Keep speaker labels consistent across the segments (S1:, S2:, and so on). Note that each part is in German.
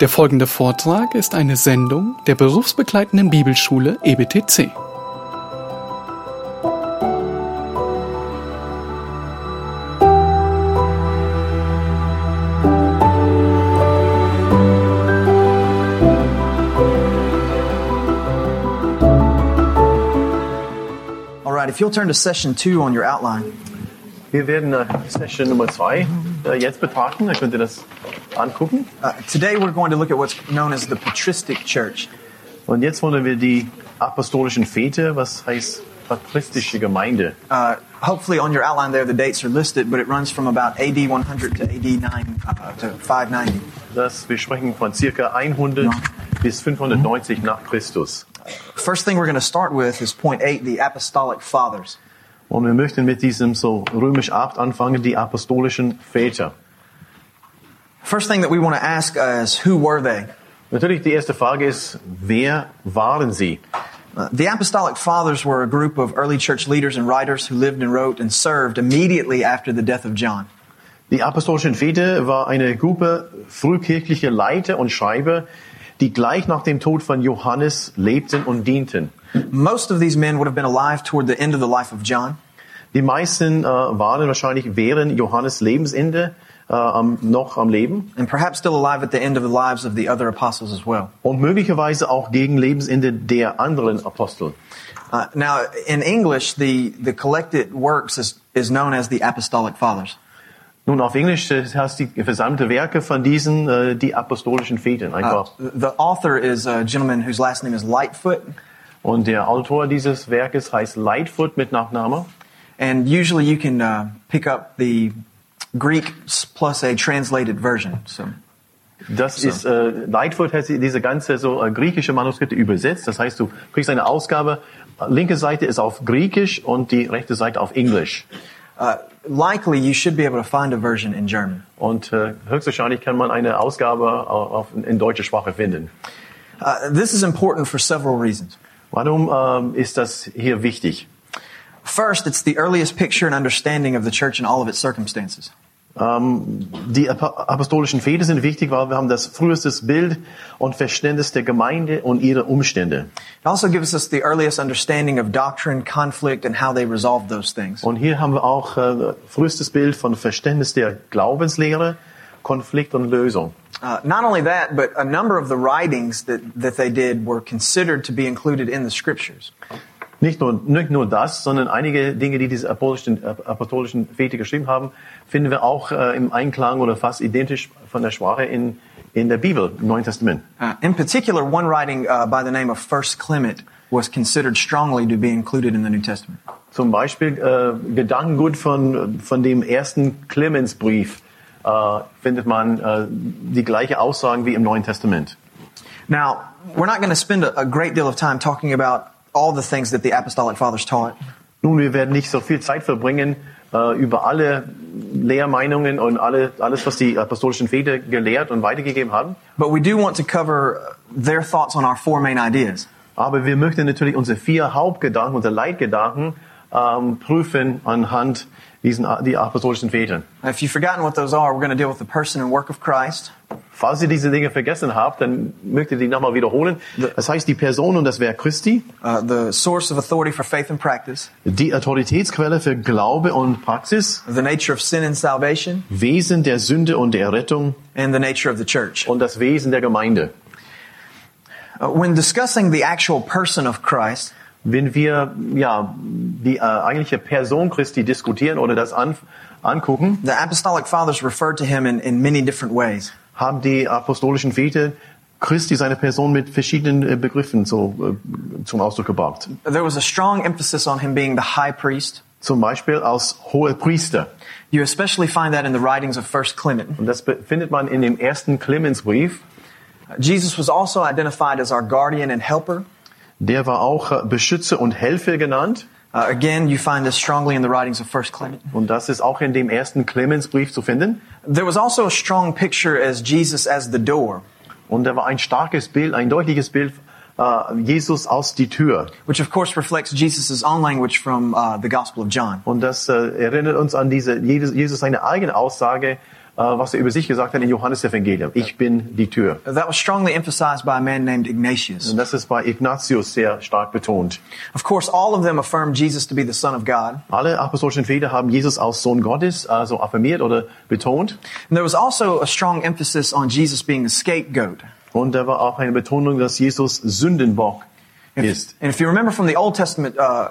S1: Der folgende Vortrag ist eine Sendung der berufsbegleitenden Bibelschule E EBTC.
S2: All right, if you'll turn to session two on your outline.
S3: Wir werden äh, Session Nummer zwei äh, jetzt betrachten. Da könnt ihr das angucken.
S2: Uh, today we're going to look at what's known as the patristic church.
S3: Und jetzt wollen wir die apostolischen Väter, was heißt patristische Gemeinde.
S2: Uh, hopefully, on your outline there, the dates are listed, but it runs from about AD 100 to AD 9 uh, to 590.
S3: Das, wir sprechen von circa 100 bis 590 nach Christus.
S2: First thing we're going to start with is point eight, the apostolic fathers.
S3: Und wir möchten mit diesem so römisch 8 anfangen, die apostolischen Väter.
S2: First thing that we want to ask uh, is who were they?
S3: Natürlich die erste Frage ist, wer waren sie?
S2: Uh, the apostolic fathers were a group of early church leaders and writers who lived and wrote and served immediately after the death of John.
S3: Die apostolischen Väter war eine Gruppe frühkirchlicher Leiter und Schreiber, die gleich nach dem Tod von Johannes lebten und dienten.
S2: Most of these men would have been alive toward the end of the life of John.
S3: Die meisten äh, waren wahrscheinlich während Johannes Lebensende äh, am, noch am Leben
S2: and perhaps still alive at the end of the lives of the other apostles as well.
S3: und möglicherweise auch gegen Lebensende der anderen Apostel.
S2: Uh, now, in English, the, the collected works is, is known as the Apostolic Fathers.
S3: Nun auf Englisch äh, heißt die versammelte Werke von diesen äh, die apostolischen Väter
S2: Uh,
S3: einfach.
S2: the author is a gentleman whose last name is Lightfoot,
S3: Und der Autor dieses Werkes heißt Lightfoot mit Nachname.
S2: and usually you can uh, pick up the Greek s- plus a translated version. So,
S3: Das ist äh, Lightfoot hat sie- diese ganze so äh, griechische Manuskripte übersetzt. Das heißt, du kriegst eine Ausgabe. Linke Seite ist auf Griechisch und die rechte Seite auf Englisch.
S2: uh, likely you should be able to find a version in German.
S3: Und äh, höchstwahrscheinlich kann man eine Ausgabe au- auf, in deutscher Sprache finden.
S2: Uh, this is important for several reasons.
S3: Warum ähm, ist das hier wichtig?
S2: First, it's the earliest picture and understanding of the church in all of its circumstances.
S3: Ähm, die Ap- apostolischen Väter sind wichtig, weil wir haben das früheste Bild und Verständnis der Gemeinde und ihrer Umstände.
S2: It also gives us the earliest understanding of doctrine, conflict, and how they resolved those things.
S3: Und hier haben wir auch äh, frühestes Bild von Verständnis der Glaubenslehre, Konflikt und Lösung.
S2: Uh, not only that, but a number of the writings that, that they did were considered to be included in the scriptures.
S3: Nicht nur, nicht nur das, sondern einige Dinge, die diese apostolischen, ap- apostolischen Väter geschrieben haben, finden wir auch äh, im Einklang oder fast identisch von der Sprache in, in der Bibel, im Neuen Testament.
S2: Uh, in particular, one writing uh, by the name of First Clement was considered strongly to be included in the New Testament.
S3: Zum Beispiel äh, Gedankengut von, von dem ersten Clemensbrief äh, findet man äh, die gleiche Aussagen wie im Neuen Testament.
S2: Now, we're not going to spend a, a great deal of time talking about all the things that the Apostolic Fathers taught.
S3: Nun, wir werden nicht so viel Zeit verbringen äh, über alle Lehrmeinungen und alle, alles, was die apostolischen Väter gelehrt und weitergegeben haben.
S2: But we do want to cover uh, their thoughts on our four main ideas.
S3: Aber wir möchten natürlich unsere vier Hauptgedanken, unsere Leitgedanken ähm, prüfen anhand diesen, die apostolischen Väter.
S2: If you've forgotten what those are, we're going to deal with the person and work of Christ,
S3: Falls ihr diese Dinge vergessen habt, dann mögt ihr die nochmal wiederholen. Das heißt, die Person und das Werk Christi,
S2: uh, the source of authority for faith and practice,
S3: die Autoritätsquelle für Glaube und Praxis,
S2: the nature of sin and salvation,
S3: Wesen der Sünde und der Errettung
S2: and the nature of the church.
S3: und das Wesen der Gemeinde.
S2: Uh, when discussing the actual person of Christ,
S3: Wenn wir ja die äh, eigentliche Person Christi diskutieren oder das an, angucken,
S2: the apostolic fathers referred to him in, in many different ways.
S3: haben die apostolischen Väter Christi seine Person mit verschiedenen äh, Begriffen so, äh, zum Ausdruck gebracht.
S2: There was a strong emphasis on him being the high priest.
S3: Zum Beispiel als hoher Priester.
S2: You especially find that in the writings of First Clement.
S3: Und das be- findet man in dem ersten Clemensbrief.
S2: Uh, Jesus was also identified as our guardian and helper.
S3: Der war auch äh, Beschützer und Helfer genannt.
S2: Uh, again, you find this strongly in the writings of First Clement.
S3: Und das ist auch in dem ersten Clemensbrief zu finden.
S2: There was also a strong picture as Jesus as the door,
S3: Und da war ein starkes Bild, ein deutliches Bild, äh, Jesus aus die Tür.
S2: which of course reflects Jesus' own language from uh, the Gospel of John.
S3: Und das äh, erinnert uns an diese, Jesus Jesus seine eigene Aussage äh, was er über sich gesagt hat in Johannes Evangelium. Ich bin die Tür.
S2: That was strongly emphasized by a man named Ignatius.
S3: Und das ist bei Ignatius sehr stark betont.
S2: Of course, all of them affirm Jesus to be the Son of God.
S3: Alle apostolischen Väter haben Jesus als Sohn Gottes also affirmiert oder betont.
S2: And there was also a strong emphasis on Jesus being the scapegoat.
S3: Und da war auch eine Betonung, dass Jesus Sündenbock ist.
S2: And if you remember from the Old Testament uh,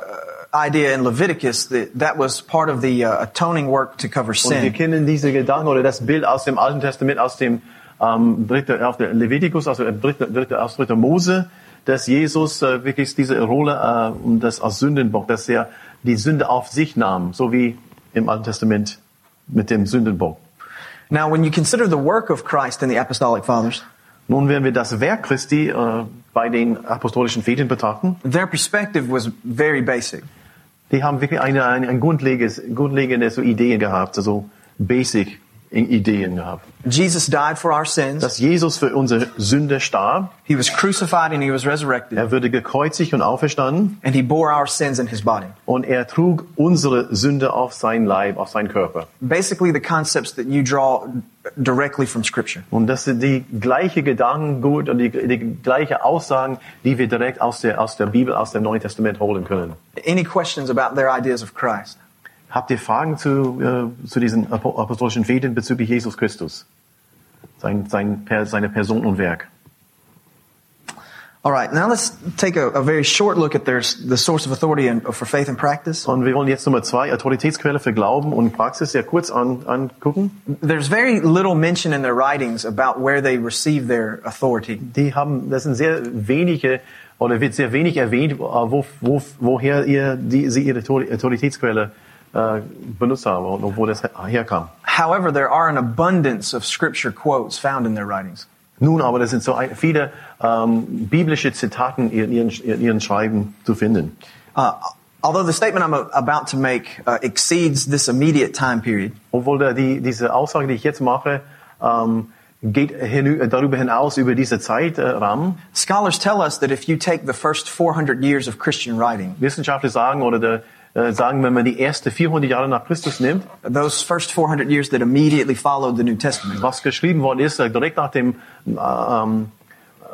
S2: idea in Leviticus, that, that was part of the uh, atoning work to cover
S3: Und wir
S2: sin.
S3: kennen diese Gedanken oder das Bild aus dem Alten Testament, aus dem ähm, dritten, auf der Levitikus, also dritte, dritte, aus dritter Mose, dass Jesus äh, wirklich diese Rolle äh, und das als Sündenbock, dass er die Sünde auf sich nahm, so wie im Alten Testament mit dem Sündenbock.
S2: Now, when you consider the work of Christ in the Apostolic Fathers,
S3: Nun, wenn wir das Werk Christi äh, bei den apostolischen Vätern betrachten,
S2: their perspective was very basic.
S3: die haben wirklich eine, eine, ein grundlegendes, grundlegende so Ideen gehabt, also basic in Ideen gehabt.
S2: Jesus died for our sins.
S3: Dass Jesus für unsere Sünde starb,
S2: He was crucified and he was resurrected.
S3: er wurde gekreuzigt und auferstanden
S2: And he bore our sins in his body.
S3: und er trug unsere Sünde auf seinen Leib, auf seinen Körper.
S2: Basically, the concepts that you draw directly from Scripture.
S3: Und das sind die gleiche Gedankengut und die, die gleiche Aussagen, die wir direkt aus der, aus der Bibel, aus dem Neuen Testament holen können.
S2: Any questions about their ideas of Christ?
S3: Habt ihr Fragen zu, äh, zu diesen Apo- apostolischen Vätern bezüglich Jesus Christus? Sein, sein, per, seine Person und Werk.
S2: All right, now let's take a, a very short look at their, the source of authority and, for faith and practice.
S3: Und wir wollen jetzt Nummer zwei, Autoritätsquelle für Glauben und Praxis, sehr kurz an, angucken.
S2: There's very little mention in their writings about where they receive their authority.
S3: Die haben, das sind sehr wenige, oder wird sehr wenig erwähnt, äh, wo, wo, woher ihr, die, sie ihre Autori- Autoritätsquelle äh, benutzt haben und wo das her- herkam.
S2: However, there are an abundance of Scripture quotes found in their writings.
S3: Nun aber, das sind so ein, viele ähm, biblische Zitaten in ihren, in ihren Schreiben zu finden.
S2: Uh, although the statement I'm a- about to make uh, exceeds this immediate time period,
S3: Obwohl da die, diese Aussage, die ich jetzt mache, ähm, geht hinü- darüber hinaus, über diese äh, Zeitrahmen.
S2: scholars tell us that if you take the first 400 years of Christian writing,
S3: Wissenschaftler sagen oder der, äh, sagen, wenn man die ersten 400 Jahre nach Christus nimmt,
S2: those first 400 years that immediately followed the New Testament,
S3: was geschrieben worden ist, äh, direkt nach dem äh, ähm,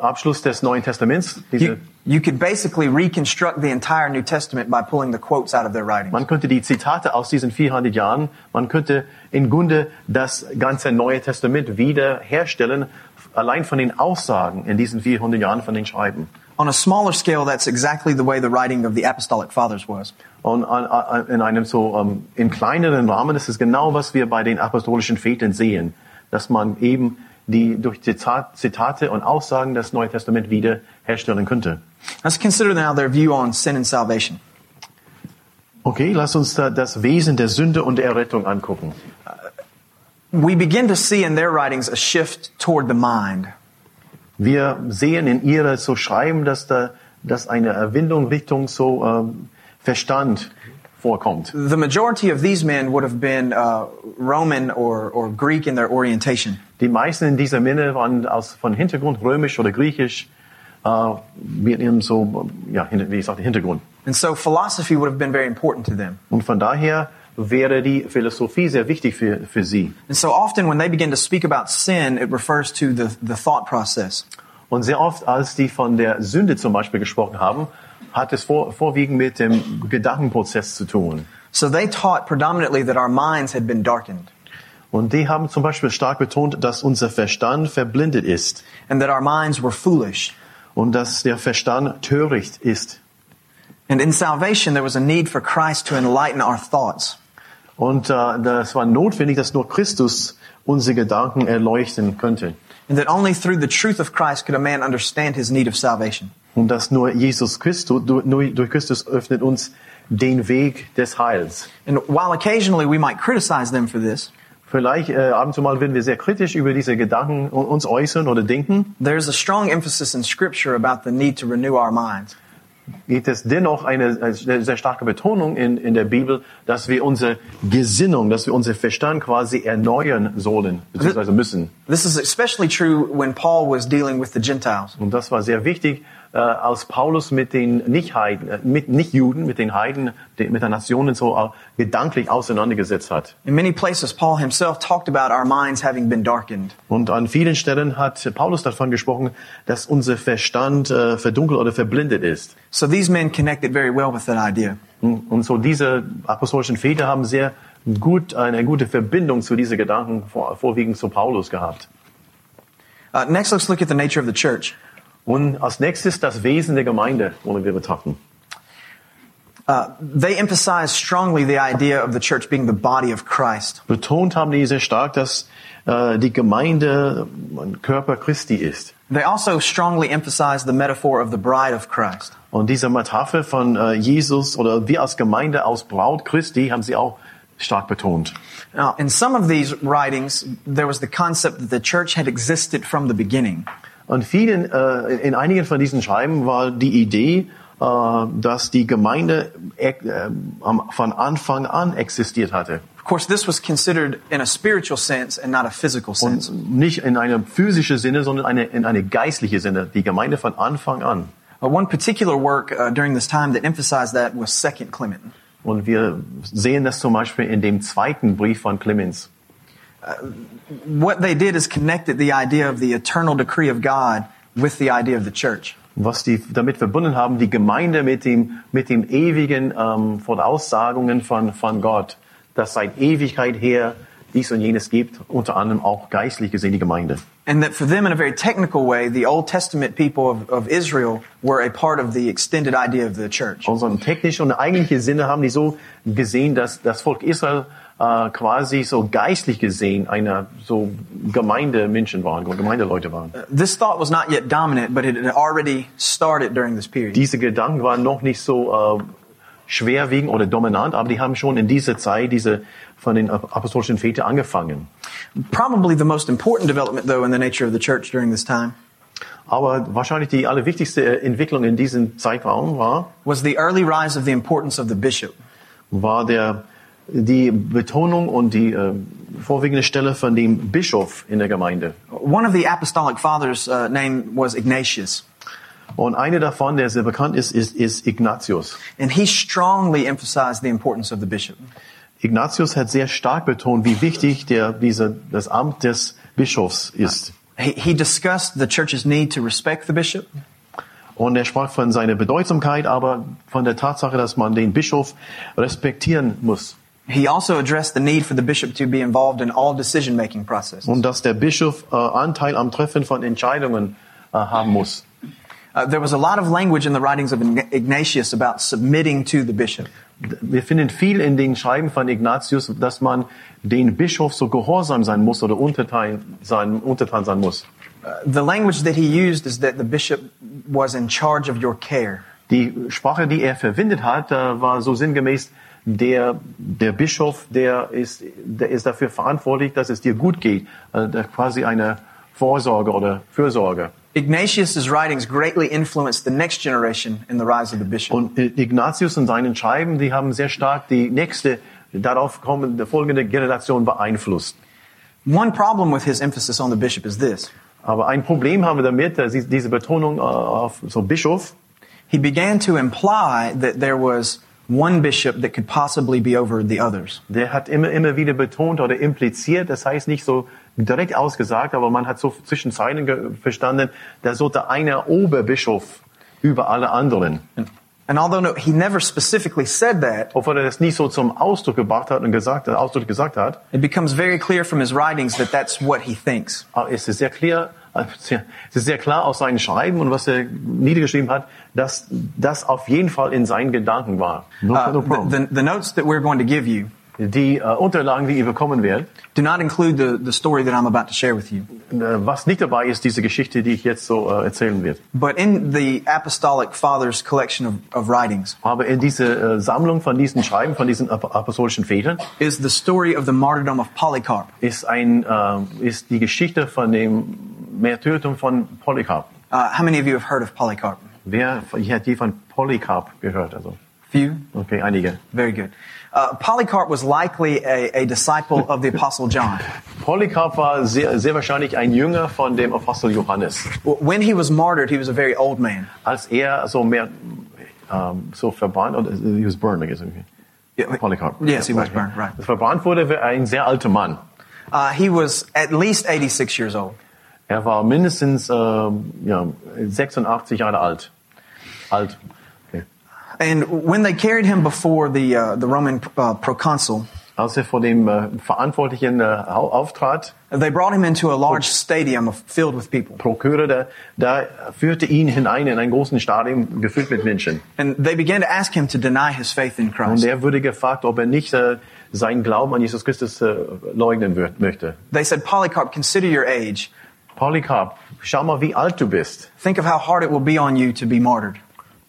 S3: Abschluss des Neuen Testaments, diese,
S2: you, you could basically reconstruct the entire New Testament by pulling the quotes out of their writings.
S3: man könnte die Zitate aus diesen 400 Jahren, man könnte im Grunde das ganze Neue Testament wiederherstellen, allein von den Aussagen in diesen 400 Jahren von den Schreiben.
S2: On a smaller scale, that's exactly the way the writing of the Apostolic Fathers was.
S3: Und an- an- in einem so ähm, im kleineren Rahmen ist es genau, was wir bei den apostolischen Vätern sehen, dass man eben die durch Zitat, Zitate und Aussagen das Neue Testament wieder herstellen könnte.
S2: Let's consider now their view on sin and salvation.
S3: Okay, lass uns da das Wesen der Sünde und der Errettung angucken.
S2: We begin to see in their writings a shift toward the mind.
S3: Wir sehen in ihrer so Schreiben, dass da dass eine Erwindung Richtung so ähm, Verstand vorkommt.
S2: The majority of these men would have been uh, Roman or, or Greek in their orientation.
S3: Die meisten dieser Männer waren aus von Hintergrund römisch oder griechisch äh, mit ihrem so ja hinter- wie ich sagte Hintergrund.
S2: And so philosophy would have been very important to them.
S3: Und von daher wäre die Philosophie sehr wichtig für, für sie.
S2: And so often when they begin to speak about sin, it refers to the, the thought process.
S3: Und sehr oft, als die von der Sünde zum Beispiel gesprochen haben, hat es vor, vorwiegend mit dem Gedankenprozess zu tun.
S2: So they taught predominantly that our minds had been darkened
S3: Und die haben zum Beispiel stark betont, dass unser Verstand verblindet ist
S2: and that our minds were foolish.
S3: und dass der Verstand töricht ist.
S2: And in salvation, there was a need for Christ to enlighten our thoughts.
S3: Und äh, das war notwendig, dass nur Christus unsere Gedanken erleuchten könnte.
S2: and that only through the truth of Christ could a man understand his need of salvation.
S3: Und dass nur Jesus Christus, du- nur durch Christus öffnet uns den Weg des Heils.
S2: And while occasionally we might criticize them for this,
S3: Vielleicht äh, ab und zu mal werden wir sehr kritisch über diese Gedanken u- uns äußern oder denken,
S2: there's a strong emphasis in Scripture about the need to renew our minds.
S3: gibt es dennoch eine, eine sehr sehr starke Betonung in, in der Bibel, dass wir unsere Gesinnung, dass wir unseren Verstand quasi erneuern sollen bzw. müssen.
S2: This is especially true when Paul was dealing with the Gentiles.
S3: Und das war sehr wichtig, äh, als Paulus mit den Nicht-Heiden, äh, mit Nicht-Juden, mit den Heiden, die, mit den Nationen so äh, gedanklich auseinandergesetzt hat.
S2: In many places, Paul himself talked about our minds having been darkened.
S3: Und an vielen Stellen hat Paulus davon gesprochen, dass unser Verstand äh, verdunkelt oder verblindet ist.
S2: So these men connected very well with that idea.
S3: Und und so diese apostolischen Väter haben sehr gut eine gute Verbindung zu diesen Gedanken vor, vorwiegend zu Paulus gehabt.
S2: Uh, next, let's look at the nature of the church.
S3: Und als nächstes das Wesen der Gemeinde wollen wir betrachten.
S2: They emphasize strongly the idea of the church being the body of Christ.
S3: Betont haben die sehr stark, dass äh, die Gemeinde ein Körper Christi ist.
S2: They also strongly emphasize the metaphor of the bride of Christ.
S3: Und diese Metapher von äh, Jesus oder wir als Gemeinde aus Braut Christi haben sie auch stark betont.
S2: Now, in some of these writings, there was the concept that the church had existed from the beginning.
S3: Und vielen, äh, in einigen von diesen Schreiben war die Idee, äh, dass die Gemeinde äh, am- von Anfang an existiert hatte.
S2: Of course, this was considered in a spiritual sense and not a physical sense.
S3: Nicht in einem physischen Sinne, sondern eine, in einem geistlichen Sinne. Die Gemeinde von Anfang an.
S2: Uh, one particular work uh, during this time that emphasized that was Second Clement.
S3: Und wir sehen das zum Beispiel in dem zweiten Brief von Clemens.
S2: What they did is connected the idea of the eternal decree of God with the idea of the church.
S3: was die damit verbunden haben, die Gemeinde mit dem, mit dem ewigen ähm, Voraussagungen von, von Gott, dass seit Ewigkeit her dies und jenes gibt, unter anderem auch geistlich gesehen die Gemeinde.
S2: And that for them, in a very technical way, the Old Testament people of, of Israel were a part of the extended idea of the church.
S3: Und so im technischen und eigentlichen Sinne haben die so gesehen, dass das Volk Israel äh, quasi so geistlich gesehen eine so Gemeindemenschen waren, Gemeindeleute waren.
S2: This thought was not yet dominant, but it had already started during this period.
S3: Diese Gedanken waren noch nicht so äh, schwerwiegend oder dominant, aber die haben schon in dieser Zeit diese von den apostolischen Vätern angefangen.
S2: Probably the most important development, though, in the nature of the church during this time
S3: Aber wahrscheinlich die allerwichtigste äh, Entwicklung in diesem Zeitraum war,
S2: was the early rise of the importance of the bishop.
S3: war der, die Betonung und die äh, vorwiegende Stelle von dem Bischof in der Gemeinde.
S2: One of the apostolic fathers' uh, name was Ignatius,
S3: Und einer davon, der sehr bekannt ist, ist, ist Ignatius.
S2: and he strongly emphasized the importance of the bishop.
S3: Ignatius hat sehr stark betont, wie wichtig der, diese, das Amt des Bischofs ist.
S2: He, he discussed the church's need to respect the bishop,
S3: Und er sprach von seiner Bedeutsamkeit, aber von der Tatsache, dass man den Bischof respektieren muss.
S2: He also addressed the need for the bishop to be involved in all decision making processes.
S3: Und dass der Bischof äh, Anteil am Treffen von Entscheidungen äh, haben muss.
S2: Uh, there was a lot of language in the writings of Ign- Ignatius about submitting to the bishop.
S3: wir finden viel in den Schreiben von Ignatius, dass man den Bischof so gehorsam sein muss oder untertan sein, untertan sein muss.
S2: Uh, the language that he used is that the bishop was in charge of your care.
S3: Die Sprache, die er verwendet hat, äh, war so sinngemäß, der, der Bischof, der ist, der ist dafür verantwortlich, dass es dir gut geht. Äh, der quasi eine Vorsorge oder Fürsorge.
S2: Ignatius's writings greatly influenced the next generation in the rise of the bishop.
S3: Und äh, Ignatius und seinen Schreiben, die haben sehr stark die nächste, darauf kommende, folgende Generation beeinflusst.
S2: One problem with his emphasis on the bishop is this.
S3: Aber ein Problem haben wir damit, dass dies- diese Betonung äh, auf so Bischof,
S2: He began to imply that there was one bishop that could possibly be over the others.
S3: der hat immer, immer wieder betont oder impliziert, das heißt nicht so direkt ausgesagt, aber man hat so zwischen Zeilen ge- verstanden, da sollte einer Oberbischof über alle anderen.
S2: And although no, he never specifically said that,
S3: Obwohl er das nicht so zum Ausdruck gebracht hat und gesagt, äh, Ausdruck gesagt hat,
S2: It becomes very clear from his writings that that's what he thinks.
S3: aber es ist sehr klar, äh, sehr- es ist sehr klar aus seinen Schreiben und was er niedergeschrieben hat, dass das auf jeden Fall in seinen Gedanken war. No,
S2: Uh, the, the, the notes that we're going to give you
S3: Die äh, Unterlagen, die ihr bekommen werdet,
S2: do not include the, the story that I'm about to share with you.
S3: äh, was nicht dabei ist, diese Geschichte, die ich jetzt so äh, erzählen werde.
S2: But in the Apostolic Fathers collection of, of writings
S3: Aber in diese äh, Sammlung von diesen Schreiben, von diesen ap- apostolischen Vätern,
S2: is the story of the martyrdom of Polycarp.
S3: ist, ein, äh, ist die Geschichte von dem Märtyrertum von Polycarp.
S2: Uh, how many of you have heard of Polycarp?
S3: Wer von- hier hat je von Polycarp gehört? Also,
S2: Few?
S3: okay, einige.
S2: Very good. Uh, Polycarp was likely a, a disciple of the Apostle John.
S3: Polycarp war sehr, sehr wahrscheinlich ein Jünger von dem Apostel Johannes.
S2: When he was martyred, he was a very old man.
S3: Als er so mehr ähm, so verbrannt oder he was burned, I guess.
S2: Yeah,
S3: Polycarp.
S2: Yes, he was burned, right.
S3: Verbrannt wurde war ein sehr alter Mann.
S2: Uh, he was at least 86 years old.
S3: Er war mindestens ähm, ja, 86 Jahre alt. Alt. Okay.
S2: And when they carried him before the, uh, the Roman uh, proconsul,
S3: Als er vor dem äh, Verantwortlichen äh, au- auftrat,
S2: they brought him into a large stadium of- filled with people.
S3: Prokyre, da, da führte ihn hinein in einen großen Stadion gefüllt mit Menschen.
S2: And they began to ask him to deny his faith in
S3: Und
S2: Christ.
S3: er wurde gefragt, ob er nicht äh, seinen Glauben an Jesus Christus äh, leugnen wird, möchte.
S2: They said, Polycarp, consider your age.
S3: Polycarp, schau mal, wie alt du bist.
S2: Think of how hard it will be on you to be martyred.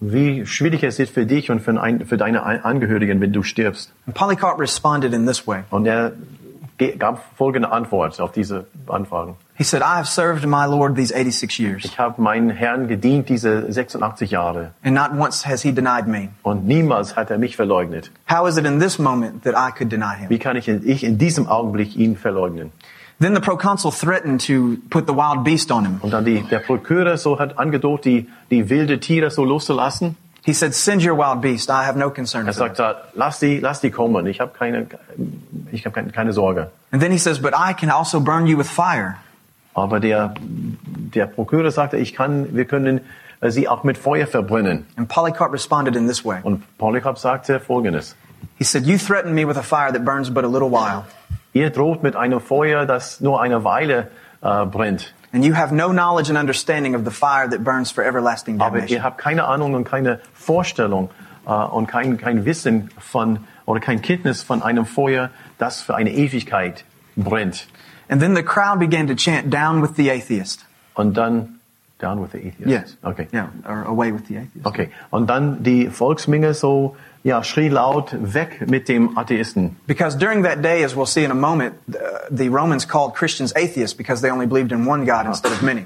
S3: Wie schwierig es ist für dich und für, ein, für deine Ein- Angehörigen, wenn du stirbst.
S2: And Polycarp responded in this way.
S3: Und er ge- gab folgende Antwort auf diese Anfragen.
S2: He said, I have served my Lord these 86 years,
S3: Ich habe meinen Herrn gedient diese 86 Jahre
S2: and not once has he denied me.
S3: und niemals hat er mich verleugnet.
S2: How is it in this moment that I could deny him?
S3: Wie kann ich in, ich in diesem Augenblick ihn verleugnen?
S2: Then the proconsul threatened to put the wild beast on him.
S3: Und dann die, der Prokureur so hat angedroht, die, die wilde Tiere so loszulassen.
S2: He said, Send your wild beast. I have no concern
S3: Er
S2: for it.
S3: sagt, da, lass die, lass die kommen. Ich habe keine, ich habe keine, keine Sorge.
S2: And then he says, But I can also burn you with fire.
S3: Aber der, der Prokureur sagte, ich kann, wir können äh, sie auch mit Feuer verbrennen.
S2: And Polycarp responded in this way
S3: Und Polycarp sagte Folgendes.
S2: He said, You threaten me with a fire that burns but a little while,
S3: Ihr droht mit einem Feuer, das nur eine Weile äh, brennt.
S2: and you have no knowledge and understanding of the fire that burns for everlasting
S3: Aber ihr
S2: damnation.
S3: habt keine Ahnung und keine Vorstellung äh, und kein, kein Wissen von oder kein Kenntnis von einem Feuer, das für eine Ewigkeit brennt.
S2: And then the crowd began to chant, Down with the atheist.
S3: Und dann down with the atheists. Okay.
S2: Yeah, or away with the atheist.
S3: Okay. Und dann die Volksmenge so ja schrie laut weg mit dem Atheisten.
S2: Because during that day, as we'll see in a moment, uh, the Romans called Christians atheists because they only believed in one God instead of many.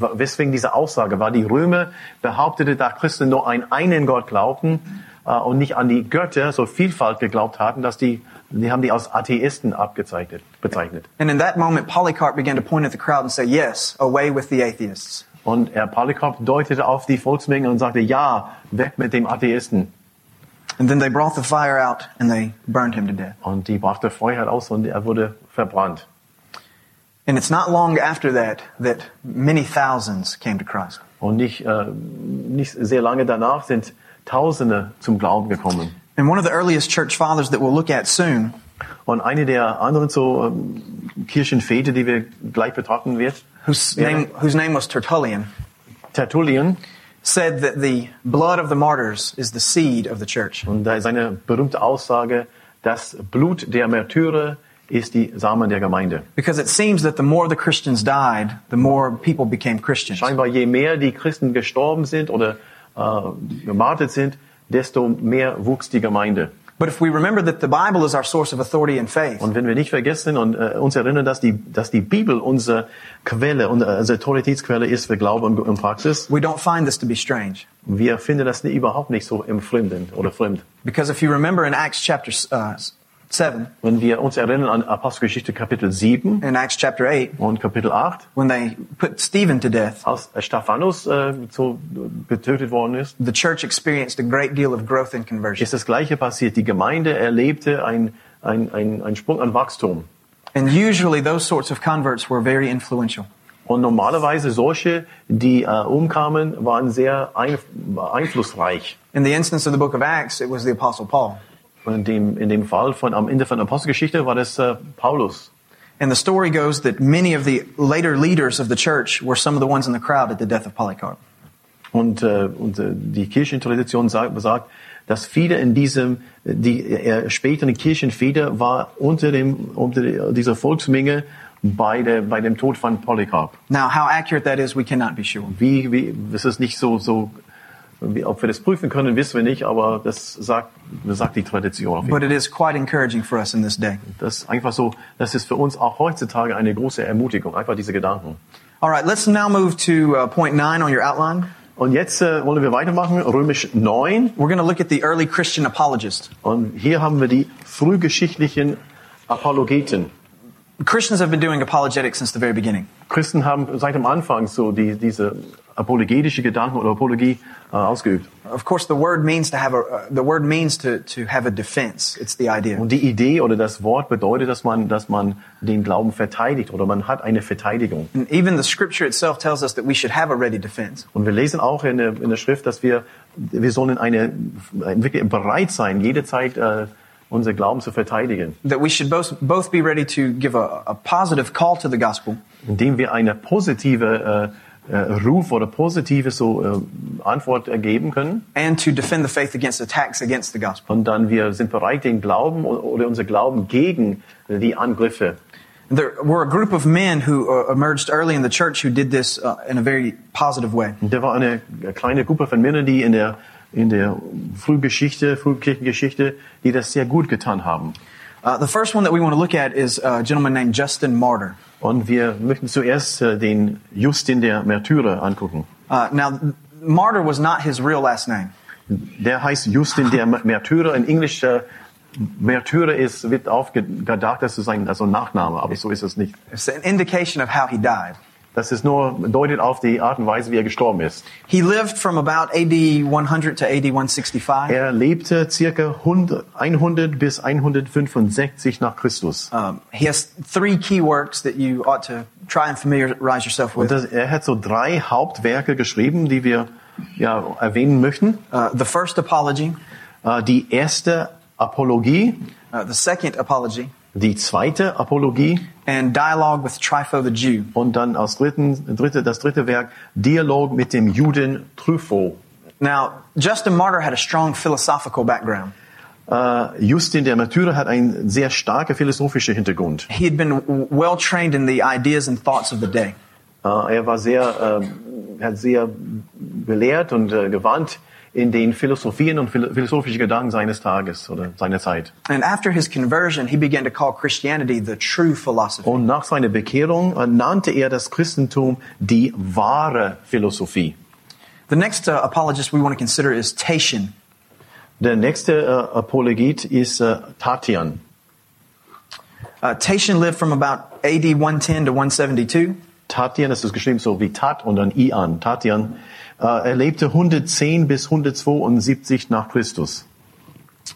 S3: Weswegen diese Aussage war, die Römer behauptete, da Christen nur an einen Gott glaubten äh, und nicht an die Götter, so Vielfalt geglaubt hatten, dass die, die haben die als Atheisten abgezeichnet, bezeichnet.
S2: And in that moment, Polycarp began to point at the crowd and say, Yes, away with the atheists.
S3: Und Herr Polycarp deutete auf die Volksmenge und sagte, ja, weg mit dem Atheisten.
S2: And then they brought the fire out and they burned him to death.
S3: Und die brachte Feuer raus und er wurde verbrannt.
S2: And it's not long after that that many thousands came to Christ.
S3: Und nicht, äh, nicht sehr lange danach sind Tausende zum Glauben gekommen.
S2: And one of the earliest church fathers that we'll look at soon
S3: Und eine der anderen so ähm, Kirchenväter, die wir gleich betrachten wird,
S2: whose
S3: Yeah.
S2: name, whose name was Tertullian,
S3: Tertullian,
S2: said that the blood of the martyrs is the seed of the church.
S3: und da ist eine berühmte Aussage, das Blut der Märtyrer ist die Samen der Gemeinde.
S2: Because it seems that the more the Christians died, the more people became Christians.
S3: Scheinbar je mehr die Christen gestorben sind oder äh, gemartet sind, desto mehr wuchs die Gemeinde.
S2: But if we remember that the Bible is our source of authority and faith,
S3: Und wenn wir nicht vergessen und äh, uns erinnern, dass die, dass die Bibel unsere Quelle, unsere unsere Autoritätsquelle ist für Glaube und, und Praxis,
S2: we don't find this to be strange.
S3: wir finden das nie, überhaupt nicht so im Fremden oder fremd.
S2: Because if you remember in Acts chapter uh, 7
S3: Wenn wir uns erinnern an Apostelgeschichte Kapitel 7
S2: and Acts chapter 8,
S3: und Kapitel 8,
S2: when they put Stephen to death,
S3: als Stephanus äh, so getötet worden ist,
S2: the church experienced a great deal of growth and conversion.
S3: ist das Gleiche passiert. Die Gemeinde erlebte ein, ein, ein, ein Sprung an Wachstum.
S2: And usually those sorts of converts were very influential.
S3: Und normalerweise solche, die äh, umkamen, waren sehr ein, einflussreich.
S2: In the instance of the book of Acts, it was the apostle Paul.
S3: Und in dem, in dem Fall von am Ende von Apostelgeschichte war das äh, Paulus.
S2: And the story goes that many of the later leaders of the church were some of the ones in the crowd at the death of Polycarp.
S3: Und, äh, und äh, die Kirchentradition sagt, besagt, dass viele in diesem, die äh, späteren Kirchenväter war unter dem, unter dieser Volksmenge bei der, bei dem Tod von Polycarp.
S2: Now, how accurate that is, we cannot be sure.
S3: Wie, wie, es ist nicht so, so, wie, ob wir das prüfen können, wissen wir nicht, aber das sagt, das sagt die Tradition auf jeden Fall.
S2: But it is quite encouraging for us in this day.
S3: Das ist einfach so, das ist für uns auch heutzutage eine große Ermutigung, einfach diese Gedanken.
S2: All right, let's now move to uh, point nine on your outline.
S3: Und jetzt äh, wollen wir weitermachen, Römisch 9.
S2: We're going to look at the early Christian apologist.
S3: Und hier haben wir die frühgeschichtlichen Apologeten.
S2: Christians have been doing apologetics since the very beginning.
S3: Christen haben seit dem Anfang so die, diese apologetische Gedanken oder Apologie äh, ausgeübt.
S2: Of course, the word means to have a uh, the word means to to have a defense. It's the idea.
S3: Und die Idee oder das Wort bedeutet, dass man, dass man den Glauben verteidigt oder man hat eine Verteidigung.
S2: And even the scripture itself tells us that we should have a ready defense.
S3: Und wir lesen auch in der, in der Schrift, dass wir, wir sollen eine, wirklich bereit sein, jederzeit äh, unser Glauben zu verteidigen,
S2: That we should both both be ready to give a, a positive call to the gospel,
S3: indem wir eine positive äh, äh, Ruf oder positive so äh, Antwort ergeben können.
S2: and to defend the faith against attacks against the gospel.
S3: Und dann wir sind bereit, den Glauben o- oder unser Glauben gegen die Angriffe.
S2: There were a group of men who uh, emerged early in the church who did this uh, in a very positive way.
S3: Und da war eine kleine Gruppe von Männern, die in der in der Frühgeschichte, Frühkirchengeschichte, die das sehr gut getan haben.
S2: Uh, the first one that we want to look at is uh, a gentleman named Justin Martyr.
S3: Und wir möchten zuerst äh, den Justin der Märtyrer angucken.
S2: Uh, now, Martyr was not his real last name.
S3: Der heißt Justin der M- Märtyrer. In Englisch äh, Märtyrer ist, wird aufgedacht, dass es sein also ein Nachname, aber so ist es nicht.
S2: It's an indication of how he died.
S3: Das ist nur deutet auf die Art und Weise, wie er gestorben ist.
S2: He lived from about AD 100 to AD 165.
S3: Er lebte circa 100 100 bis 165 nach Christus.
S2: Um, he has three key works that you ought to try and familiarize yourself with.
S3: Und das, er hat so drei Hauptwerke geschrieben, die wir ja, erwähnen möchten.
S2: Uh, the first apology,
S3: Äh, Die erste Apologie,
S2: uh, the second apology,
S3: die zweite Apologie
S2: and dialogue with Trypho the Jew.
S3: und dann als dritten, dritte, das dritte Werk Dialog mit dem Juden Trypho.
S2: Now, Justin Martyr had a strong philosophical background.
S3: Äh, Justin der Märtyrer hat einen sehr starken philosophischen Hintergrund.
S2: He had been w- well trained in the ideas and thoughts of the day.
S3: Äh, Er war sehr, äh, hat sehr belehrt und äh, gewandt in den Philosophien und philo- philosophischen Gedanken seines Tages oder seiner Zeit.
S2: And after his conversion, he began to call Christianity the true philosophy.
S3: Und nach seiner Bekehrung äh, nannte er das Christentum die wahre Philosophie.
S2: The next uh, apologist we want to consider is Tatian.
S3: Der nächste äh, Apologit ist äh, Tatian.
S2: Uh, Tatian lived from about AD 110 to 172.
S3: Tatian, das ist geschrieben so wie Tat und dann Ian. Tatian. Äh, er lebte 110 bis 172 nach Christus.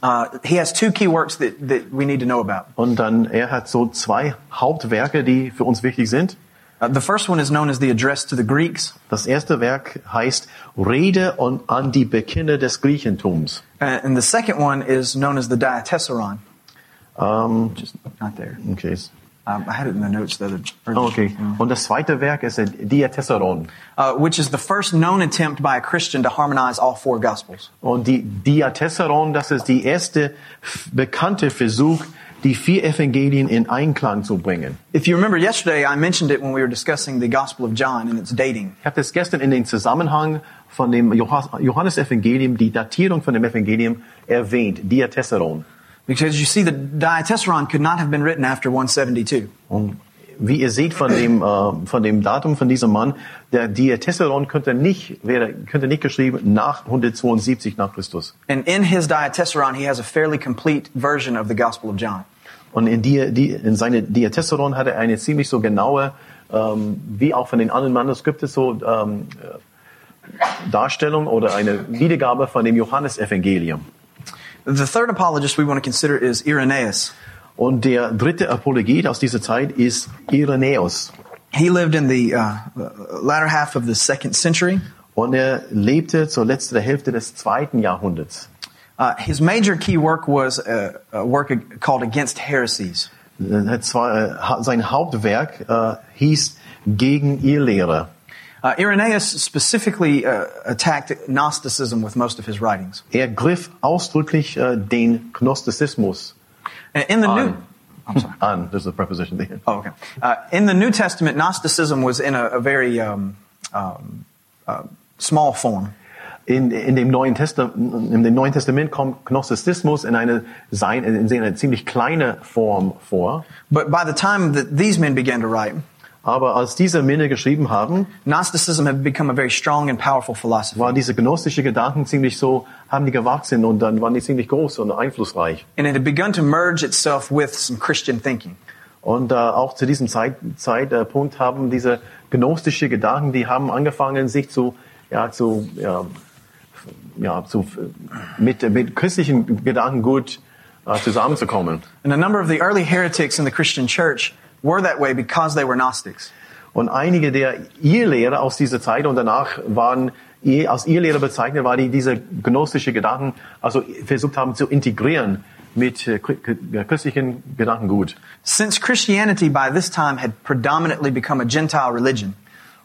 S2: Uh, he has two key works that, that we need to know about.
S3: Und dann, er hat so zwei Hauptwerke, die für uns wichtig sind.
S2: Uh, the first one is known as the Address to the Greeks,
S3: Das erste Werk heißt Rede und an die Bekenner des Griechentums.
S2: uh, and the second one is known as the Diatessaron.
S3: Ähm,
S2: Just not there.
S3: okay.
S2: Um, I had it in the notes the other. or-
S3: okay. Und das zweite Werk ist der Diatessaron.
S2: Uh, which is the first known attempt by a Christian to harmonize all four Gospels.
S3: Und die Diatessaron, das ist die erste f- bekannte Versuch, die vier Evangelien in Einklang zu bringen.
S2: If you remember yesterday, I mentioned it when we were discussing the Gospel of John and its dating.
S3: Ich habe das gestern in den Zusammenhang von dem Johannes- Johannesevangelium, die Datierung von dem Evangelium erwähnt, Diatessaron.
S2: Because you see, the Diatessaron could not have been written after 172.
S3: Und wie ihr seht von dem, äh, von dem Datum von diesem Mann, der Diatessaron könnte nicht, wäre, könnte nicht geschrieben nach 172 nach Christus.
S2: And in his Diatessaron, he has a fairly complete version of the Gospel of John.
S3: Und in, die, die, in seine Diatessaron hat er eine ziemlich so genaue, ähm, wie auch von den anderen Manuskripten so ähm, äh, Darstellung oder eine Wiedergabe von dem Johannesevangelium.
S2: The third apologist we want to consider is Irenaeus.
S3: Und der dritte Apologet aus dieser Zeit ist Irenäus.
S2: He lived in the uh, latter half of the second century.
S3: Und er lebte zur letzten Hälfte des zweiten Jahrhunderts.
S2: Uh, his major key work was a, a work called Against Heresies.
S3: Er hat zwar, äh, ha- sein Hauptwerk äh, hieß Gegen ihr Lehre.
S2: Uh, Irenaeus specifically uh, attacked Gnosticism with most of his writings.
S3: Er griff ausdrücklich äh, den Gnostizismus
S2: And Uh, In the New,
S3: an. An, this is a preposition there.
S2: oh, okay. Uh, in the New Testament, Gnosticism was in a, a very um, um, uh, small form.
S3: In, in, dem Neuen Testa- in dem Neuen Testament kommt Gnostizismus in einer sein, in einer ziemlich kleine Form vor.
S2: But by the time that these men began to write,
S3: Aber als diese Männer geschrieben haben,
S2: Gnosticism had become a very strong and powerful philosophy.
S3: waren diese gnostischen Gedanken ziemlich so, haben die gewachsen und dann waren die ziemlich groß und einflussreich.
S2: And it had begun to merge itself with some Christian thinking.
S3: Und äh, auch zu diesem Zeit, Zeitpunkt haben diese gnostische Gedanken, die haben angefangen, sich zu, ja, zu, ja, ja, zu, mit, mit christlichen Gedankengut äh, zusammenzukommen.
S2: And a number of the early heretics in the Christian church were that way because they were Gnostics.
S3: Und einige der Irrlehrer aus dieser Zeit und danach waren ihr- als Irrlehrer bezeichnet, weil die diese gnostische Gedanken also versucht haben zu integrieren mit äh, chri- christlichen Gedankengut.
S2: Since Christianity by this time had predominantly become a Gentile religion,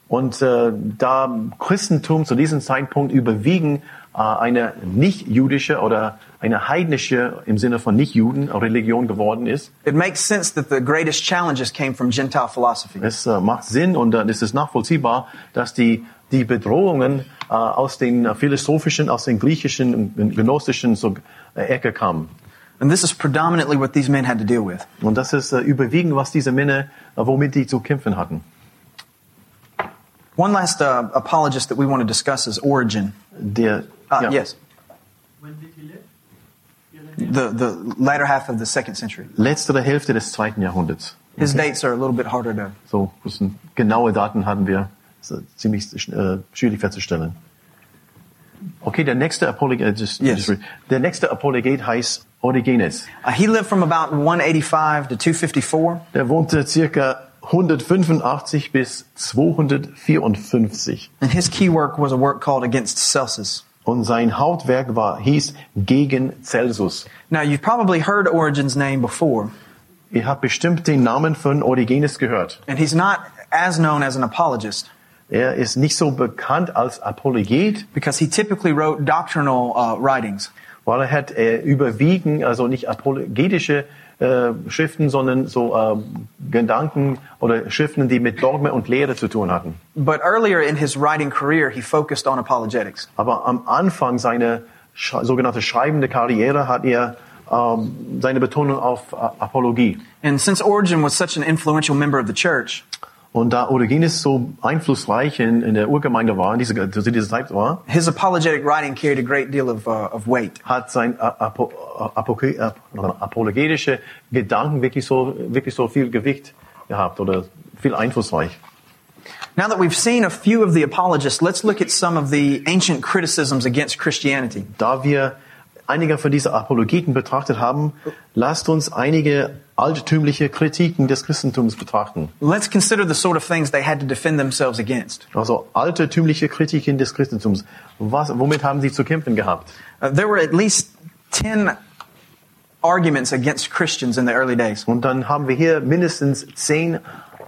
S3: Und äh, da Christentum zu diesem Zeitpunkt überwiegen äh, eine nicht-jüdische oder eine heidnische im Sinne von Nicht-Juden Religion geworden ist,
S2: it makes sense that the greatest challenges came from Gentile philosophy.
S3: es äh, macht Sinn und äh, es ist nachvollziehbar, dass die, die Bedrohungen äh, aus den äh, philosophischen, aus den griechischen und gnostischen so, äh, Ecke kamen.
S2: And this is predominantly what these men had to deal with.
S3: Und das ist äh, überwiegend, was diese Männer, äh, womit die zu kämpfen hatten.
S2: One last uh, apologist that we want to discuss is Origin.
S3: Der,
S2: Uh,
S3: ja,
S2: Yes,
S4: When did he live?
S2: the, the latter half of the second century.
S3: letztere Hälfte des zweiten Jahrhunderts.
S2: His dates are a little bit harder to.
S3: So müssen, genaue Daten haben wir. Das ist ziemlich äh, schwierig festzustellen. Okay, der nächste Apologet, äh, just,
S2: Yes.
S3: just read. der nächste Apologet heißt Origenes.
S2: Uh, he lived from about 185 to 254.
S3: Der wohnte circa 185 bis 254
S2: And his key work was a work called Against Celsus.
S3: und sein Hauptwerk war hieß Gegen Celsus.
S2: Now, you've probably heard Origen's name before,
S3: Ihr habt bestimmt den Namen von Origenes gehört.
S2: and he's not as known as an apologist
S3: Er ist nicht so bekannt als Apologet,
S2: because he typically wrote doctrinal uh, writings.
S3: weil er hat äh, überwiegend, also nicht apologetische äh, Schriften, sondern so äh, Gedanken oder Schriften, die mit Dogme und Lehre zu tun hatten.
S2: But earlier in his writing career, he focused on apologetics.
S3: Aber am Anfang seiner sch sogenannte schreibende Karriere hat er ähm, seine Betonung auf äh, Apologie.
S2: And since Origen was such an influential member of the church,
S3: Und da Origenes so einflussreich in, in der Urgemeinde war, in dieser, zu dieser Zeit war,
S2: his apologetic writing carried a great deal of, uh, of weight.
S3: hat sein A- Apo, Apo, Apo, apologetische Gedanken wirklich so, wirklich so viel Gewicht gehabt oder viel einflussreich.
S2: Now that we've seen a few of the apologists, let's look at some of the ancient criticisms against Christianity.
S3: da wir einige von diesen Apologeten betrachtet haben, lasst uns einige altertümliche Kritiken des Christentums betrachten.
S2: Let's consider the sort of things they had to defend themselves against.
S3: Also altertümliche Kritiken des Christentums. Was, womit haben sie zu kämpfen gehabt?
S2: Uh, there were at least 10 arguments against Christians in the early days.
S3: Und dann haben wir hier mindestens zehn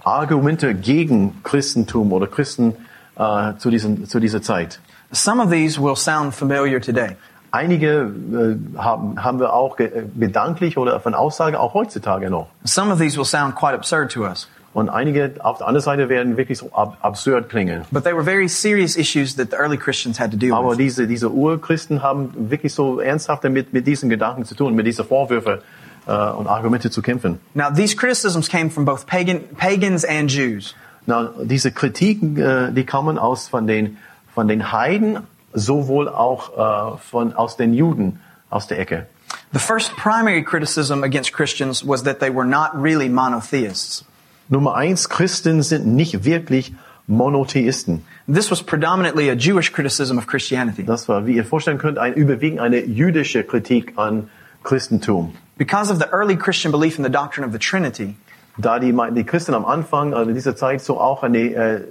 S3: Argumente gegen Christentum oder Christen äh, zu, diesen, zu dieser Zeit.
S2: Some of these will sound familiar today.
S3: Einige äh, haben, haben wir auch ge gedanklich oder von Aussage auch heutzutage noch.
S2: Some of these will sound quite absurd to us.
S3: Und einige auf der anderen Seite werden wirklich so ab absurd klingen.
S2: But they were very serious issues that the early Christians had to deal
S3: Aber
S2: with.
S3: diese, diese Urchristen haben wirklich so ernsthaft damit, mit diesen Gedanken zu tun, mit diesen Vorwürfe äh, und Argumente zu kämpfen.
S2: Now, these criticisms came from both pagan, pagans and Jews.
S3: Na, diese Kritiken, äh, die kamen aus von den, von den Heiden, sowohl auch äh, von, aus den Juden aus der Ecke.
S2: The first primary criticism against Christians was that they were not really monotheists.
S3: Nummer eins, Christen sind nicht wirklich Monotheisten.
S2: This was predominantly a Jewish criticism of Christianity.
S3: Das war, wie ihr vorstellen könnt, ein, überwiegend eine jüdische Kritik an Christentum.
S2: Because of the early Christian belief in the doctrine of the Trinity,
S3: da die, die Christen am Anfang also in dieser Zeit so auch an die äh,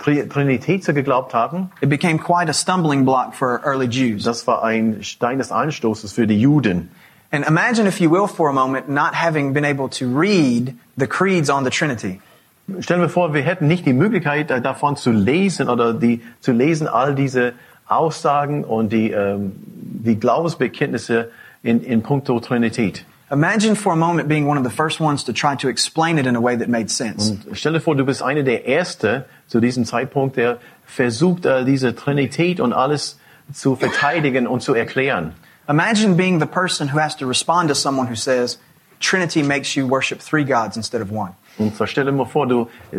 S3: Tri- Trinität so geglaubt haben,
S2: it became quite a stumbling block for early Jews.
S3: das war ein Stein des Anstoßes für die Juden.
S2: And imagine, if you will, for a moment, not having been able to read the creeds on the Trinity.
S3: Stellen wir vor, wir hätten nicht die Möglichkeit äh, davon zu lesen oder die zu lesen all diese Aussagen und die ähm, die Glaubensbekenntnisse in in puncto Trinität.
S2: Imagine for a moment being one of the first ones to try to explain it in a way that made sense.
S3: Stell dir vor, du bist einer der Erste zu diesem Zeitpunkt, der versucht, äh, diese Trinität und alles zu verteidigen und zu erklären.
S2: Imagine being the person who has to respond to someone who says, Trinity makes you worship three gods instead of one.
S3: Und zwar stell dir mal vor, du äh,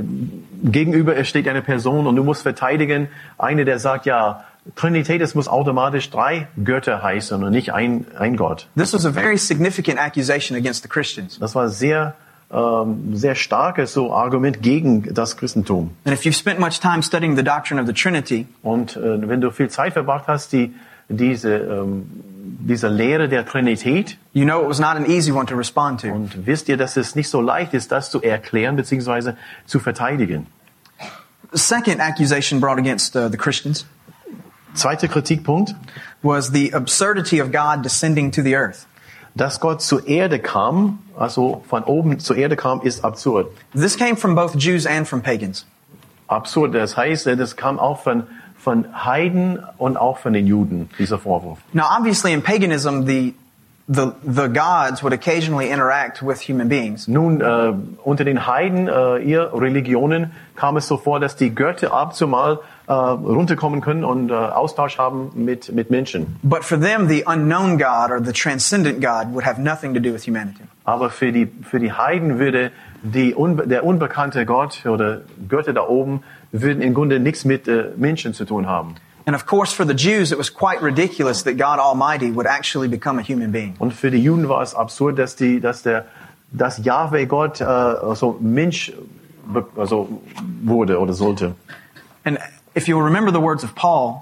S3: gegenüber steht eine Person und du musst verteidigen, eine, der sagt, ja, Trinität, es muss automatisch drei Götter heißen und nicht ein, ein Gott.
S2: This was a very significant accusation against the Christians.
S3: Das war sehr ähm, sehr starkes so Argument gegen das Christentum.
S2: And if you've spent much time studying the doctrine of the Trinity,
S3: Und äh, wenn du viel Zeit verbracht hast, die, diese, ähm, diese Lehre der Trinität,
S2: you know it was not an easy one to respond to.
S3: und wisst ihr, dass es nicht so leicht ist, das zu erklären bzw. zu verteidigen.
S2: The second accusation brought against uh, the Christians
S3: Zweiter Kritikpunkt,
S2: was the absurdity of God descending to the earth.
S3: dass Gott zur Erde kam, also von oben zur Erde kam, ist absurd.
S2: This came from both Jews and from pagans.
S3: Absurd, das heißt, das kam auch von, von Heiden und auch von den Juden, dieser Vorwurf.
S2: Now, obviously, in paganism, the, the, the gods would occasionally interact with human beings.
S3: Nun, äh, unter den Heiden, äh, ihr Religionen, kam es so vor, dass die Götter abzumal äh, runterkommen können und äh, Austausch haben mit, mit Menschen.
S2: But for them, the unknown God or the transcendent God would have nothing to do with humanity.
S3: Aber für die, für die Heiden würde die, unbe der unbekannte Gott oder Götter da oben würden im Grunde nichts mit äh, Menschen zu tun haben.
S2: And of course, for the Jews, it was quite ridiculous that God Almighty would actually become a human being.
S3: Und für die Juden war es absurd, dass die, dass der, dass Jahwe Gott äh, also Mensch be- also wurde oder sollte.
S2: And if you'll remember the words of Paul,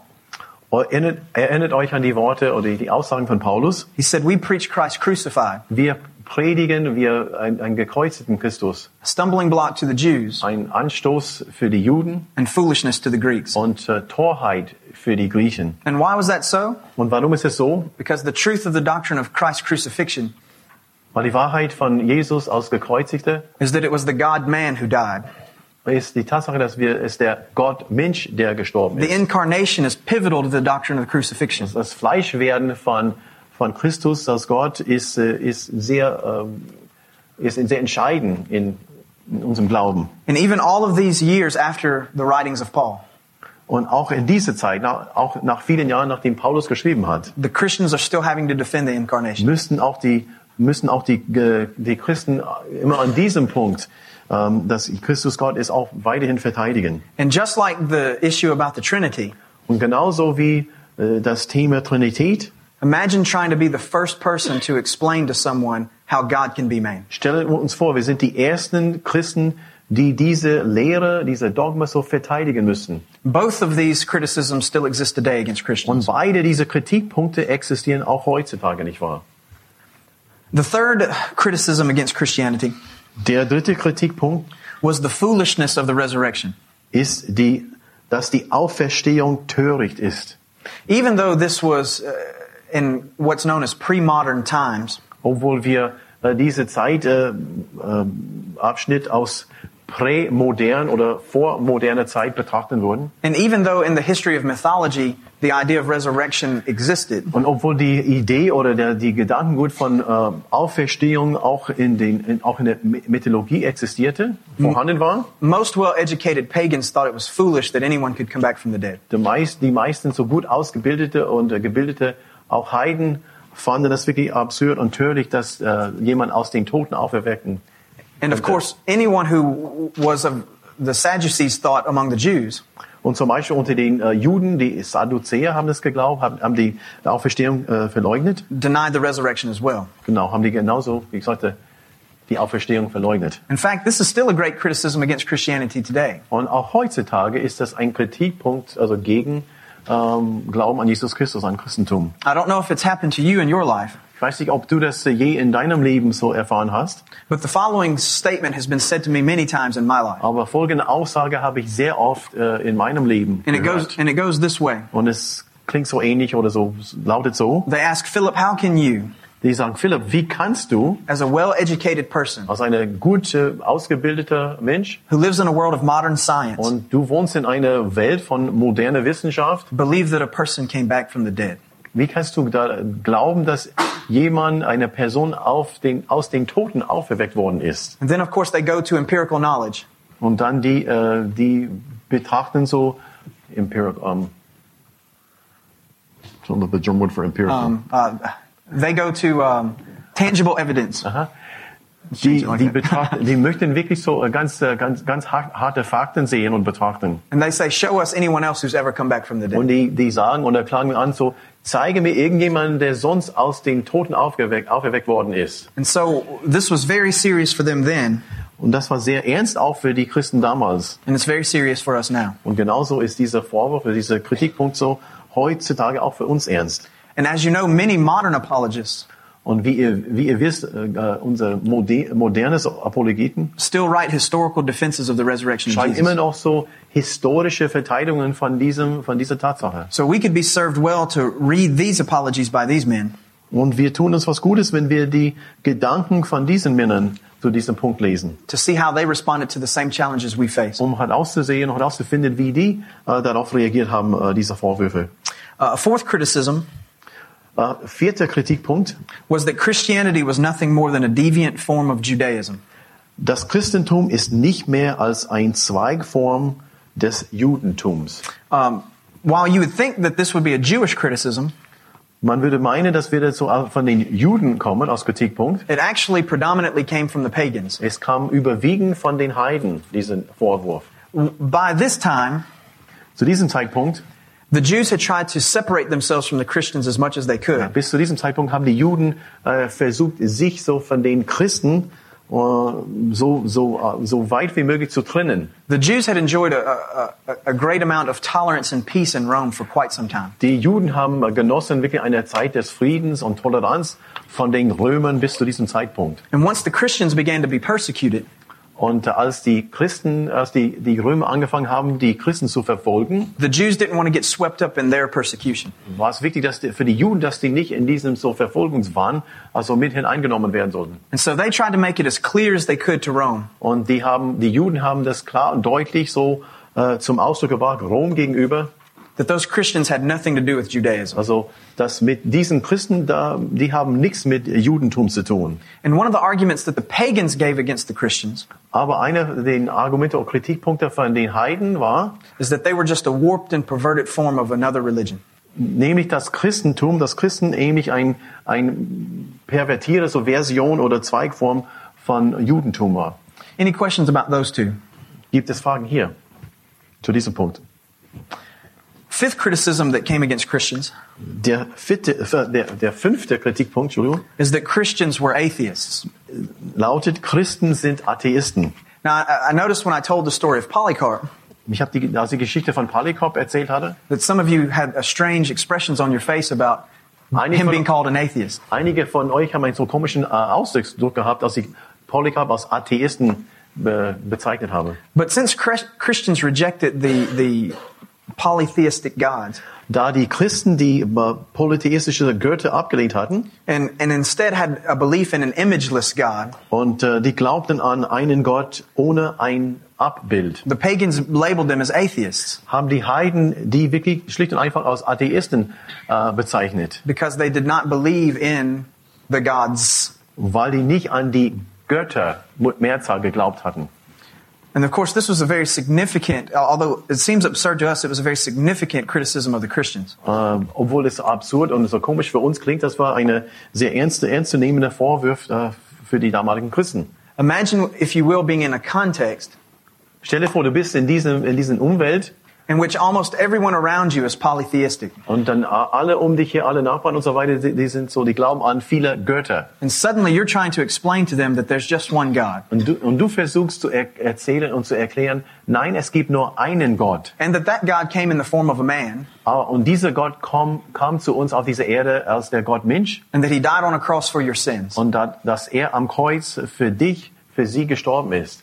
S3: Erinnert, erinnert euch an die Worte oder die Aussagen von Paulus.
S2: he said, We preach Christ crucified,
S3: Wir predigen wir einen, einen gekreuzigten Christus,
S2: a stumbling block to the Jews
S3: ein Anstoß für die Juden
S2: and foolishness to the Greeks.
S3: und äh, Torheit für die Griechen.
S2: And why was that so?
S3: Und warum ist es so?
S2: Because the truth of the doctrine of Christ's crucifixion
S3: Weil die Wahrheit von Jesus als Gekreuzigter
S2: is that it was the God man who died.
S3: ist die Tatsache, dass wir es der Gott Mensch, der gestorben
S2: The
S3: ist.
S2: incarnation is pivotal to the doctrine of the crucifixion.
S3: Das Fleischwerden von von Christus als Gott ist äh, ist sehr ähm, ist sehr entscheidend in, in unserem Glauben.
S2: And even all of these years after the writings of Paul,
S3: Und auch in dieser Zeit, nach, auch nach vielen Jahren, nachdem Paulus geschrieben hat,
S2: the Christians are still having to defend the incarnation.
S3: müssten auch die müssen auch die äh, die Christen immer an diesem Punkt, ähm, dass Christus Gott ist, auch weiterhin verteidigen.
S2: And just like the issue about the Trinity,
S3: Und genauso wie äh, das Thema Trinität
S2: imagine trying to be the first person to explain to someone how God can be man.
S3: Stellen wir uns vor, wir sind die ersten Christen, die diese Lehre, diese Dogma so verteidigen müssen.
S2: Both of these criticisms still exist today against
S3: Und
S2: Christians.
S3: beide diese Kritikpunkte existieren auch heutzutage, nicht wahr?
S2: The third criticism against Christianity
S3: Der dritte Kritikpunkt
S2: was the foolishness of the resurrection.
S3: ist die, dass die Auferstehung töricht ist.
S2: Even though this was uh, in what's known as pre-modern times,
S3: Obwohl wir äh, diese Zeit, äh, äh, Abschnitt aus prämodern oder vormoderner Zeit betrachten würden.
S2: and even though in the history of mythology the idea of resurrection existed,
S3: Und obwohl die Idee oder der, die Gedankengut von äh, Auferstehung auch in, den, in, auch in der Mi- Mythologie existierte, vorhanden war,
S2: most well-educated pagans thought it was foolish that anyone could come back from the dead.
S3: die, meist, die meisten so gut ausgebildete und äh, gebildete auch Heiden fanden das wirklich absurd und töricht, dass äh, jemand aus den Toten auferweckten.
S2: And of course, anyone who was of the Sadducees thought among the Jews
S3: Und zum Beispiel unter den äh, Juden, die Sadduzäer haben das geglaubt, haben, haben die Auferstehung äh, verleugnet.
S2: denied the resurrection as well.
S3: Genau, haben die genauso, wie ich sagte, die Auferstehung verleugnet.
S2: In fact, this is still a great criticism against Christianity today.
S3: Und auch heutzutage ist das ein Kritikpunkt, also gegen ähm, Glauben an Jesus Christus, an Christentum.
S2: I don't know if it's happened to you in your life,
S3: Ich weiß nicht, ob du das äh, je in deinem Leben so erfahren hast,
S2: but the following statement has been said to me many times in my life.
S3: aber folgende Aussage habe ich sehr oft äh, in meinem Leben
S2: And it
S3: gehört.
S2: goes and it goes this way.
S3: Und es klingt so ähnlich oder so lautet so.
S2: They ask Philip, "How can you,
S3: Die sagen, Philipp, wie kannst du
S2: as a well-educated person
S3: als ein gut äh, ausgebildeter Mensch
S2: who lives in a world of modern science,
S3: und du wohnst in einer Welt von moderner Wissenschaft,
S2: believe that a person came back from the dead?"
S3: wie kannst du da glauben, dass jemand, eine Person auf den, aus den Toten auferweckt worden ist?
S2: And then of course they go to empirical knowledge.
S3: Und dann die, äh, die betrachten so empirical. Um, I don't know the German word for empirical.
S2: Um, uh, they go to um, tangible evidence.
S3: Aha. die, die, betrachten, die möchten wirklich so äh, ganz, äh, ganz, ganz har- harte Fakten sehen und betrachten.
S2: And they say, Show us anyone else who's ever come back from the dead.
S3: Und die, die sagen oder klagen mir an, so, zeige mir irgendjemanden, der sonst aus den Toten aufgeweckt, auferweckt worden ist.
S2: And so this was very serious for them then,
S3: Und das war sehr ernst auch für die Christen damals.
S2: and it's very serious for us now.
S3: Und genauso ist dieser Vorwurf, dieser Kritikpunkt so heutzutage auch für uns ernst.
S2: And as you know, many modern apologists
S3: Und wie ihr, wie ihr wisst, äh, äh, unser mode- modernes Apologeten
S2: still write historical defenses of the resurrection of
S3: scheinen immer
S2: Jesus.
S3: noch so historische Verteidigungen von, diesem, von dieser Tatsache.
S2: So we could be served well to read these apologies by these men
S3: Und wir tun uns was Gutes, wenn wir die Gedanken von diesen Männern zu diesem Punkt lesen,
S2: to see how they responded to the same challenges we face. Uh,
S3: um herauszusehen und herauszufinden, wie die äh, darauf reagiert haben, äh, diese Vorwürfe.
S2: Uh, a fourth criticism
S3: Äh, vierter Kritikpunkt,
S2: was that Christianity was nothing more than a deviant form of Judaism.
S3: das Christentum ist nicht mehr als ein Zweigform des Judentums.
S2: Um, while you would think that this would be a Jewish criticism,
S3: Man würde meinen, dass wir dazu von den Juden kommen, aus Kritikpunkt.
S2: it actually predominantly came from the pagans.
S3: Es kam überwiegend von den Heiden, diesen Vorwurf.
S2: W- By this time,
S3: Zu diesem Zeitpunkt,
S2: the Jews had tried to separate themselves from the Christians as much as they could.
S3: bis zu diesem Zeitpunkt haben die Juden äh, versucht, sich so von den Christen äh, so, so, äh, so weit wie möglich zu trennen.
S2: The Jews had enjoyed a, a, a, a great amount of tolerance and peace in Rome for quite some time.
S3: Die Juden haben äh, genossen wirklich eine Zeit des Friedens und Toleranz von den Römern bis zu diesem Zeitpunkt.
S2: And once the Christians began to be persecuted,
S3: Und äh, als die Christen, als die, die Römer angefangen haben, die Christen zu verfolgen,
S2: the Jews didn't want to get swept up in their persecution.
S3: war es wichtig dass die, für die Juden, dass die nicht in diesem so Verfolgungswahn also mit hineingenommen werden sollten.
S2: And so they tried to make it as clear as they could to Rome
S3: Und die haben, die Juden haben das klar und deutlich so äh, zum Ausdruck gebracht, Rom gegenüber,
S2: that those Christians had nothing to do with Judaism.
S3: Also, das mit diesen Christen da, die haben nichts mit Judentum zu tun.
S2: And one of the arguments that the pagans gave against the Christians
S3: Aber einer der Argumente und Kritikpunkte von den Heiden war,
S2: is that they were just a warped and perverted form of another religion.
S3: nämlich das Christentum, dass Christen ähnlich ein, ein pervertierte so Version oder Zweigform von Judentum war.
S2: Any questions about those two?
S3: Gibt es Fragen hier zu diesem Punkt?
S2: Fifth criticism that came against Christians
S3: Der, vierte, äh, der, der fünfte Kritikpunkt Entschuldigung,
S2: is that Christians were atheists.
S3: lautet, Christen sind Atheisten.
S2: Now, I, I noticed when I told the story of Polycarp
S3: Ich habe die, als die Geschichte von Polycarp erzählt hatte,
S2: that some of you had a strange expressions on your face about
S3: Einige
S2: him
S3: von-
S2: being called an atheist.
S3: Einige von euch haben einen so komischen äh, Ausdruck gehabt, dass ich Polycarp als Atheisten be bezeichnet habe.
S2: But since Chris- Christians rejected the, the polytheistic gods
S3: Da die Christen die äh, polytheistische Götter abgelehnt hatten
S2: and, and instead had a belief in an imageless God,
S3: und äh, die glaubten an einen Gott ohne ein Abbild,
S2: the pagans labeled them as atheists
S3: haben die Heiden die wirklich schlicht und einfach als Atheisten äh, bezeichnet,
S2: because they did not believe in the gods.
S3: weil die nicht an die Götter mit Mehrzahl geglaubt hatten.
S2: And of course, this was a very significant, although it seems absurd to us, it was a very significant criticism of the Christians.
S3: Ähm, obwohl es so absurd und so komisch für uns klingt, das war eine sehr ernste, ernstzunehmende Vorwurf äh, für die damaligen Christen.
S2: Imagine, if you will, being in a context
S3: Stell dir vor, du bist in diesem in diesen Umwelt
S2: in which almost everyone around you is polytheistic.
S3: und dann äh, alle um dich hier, alle Nachbarn und so weiter, die, die sind so, die glauben an viele Götter.
S2: And suddenly you're trying to explain to them that there's just one God
S3: Und du, und du versuchst zu er erzählen und zu erklären, nein, es gibt nur einen Gott.
S2: and that that God came in the form of a man
S3: Ah, Und dieser Gott kam, kam zu uns auf diese Erde als der Gott Mensch
S2: and that he died on a cross for your sins.
S3: und da, dass er am Kreuz für dich, für sie gestorben ist.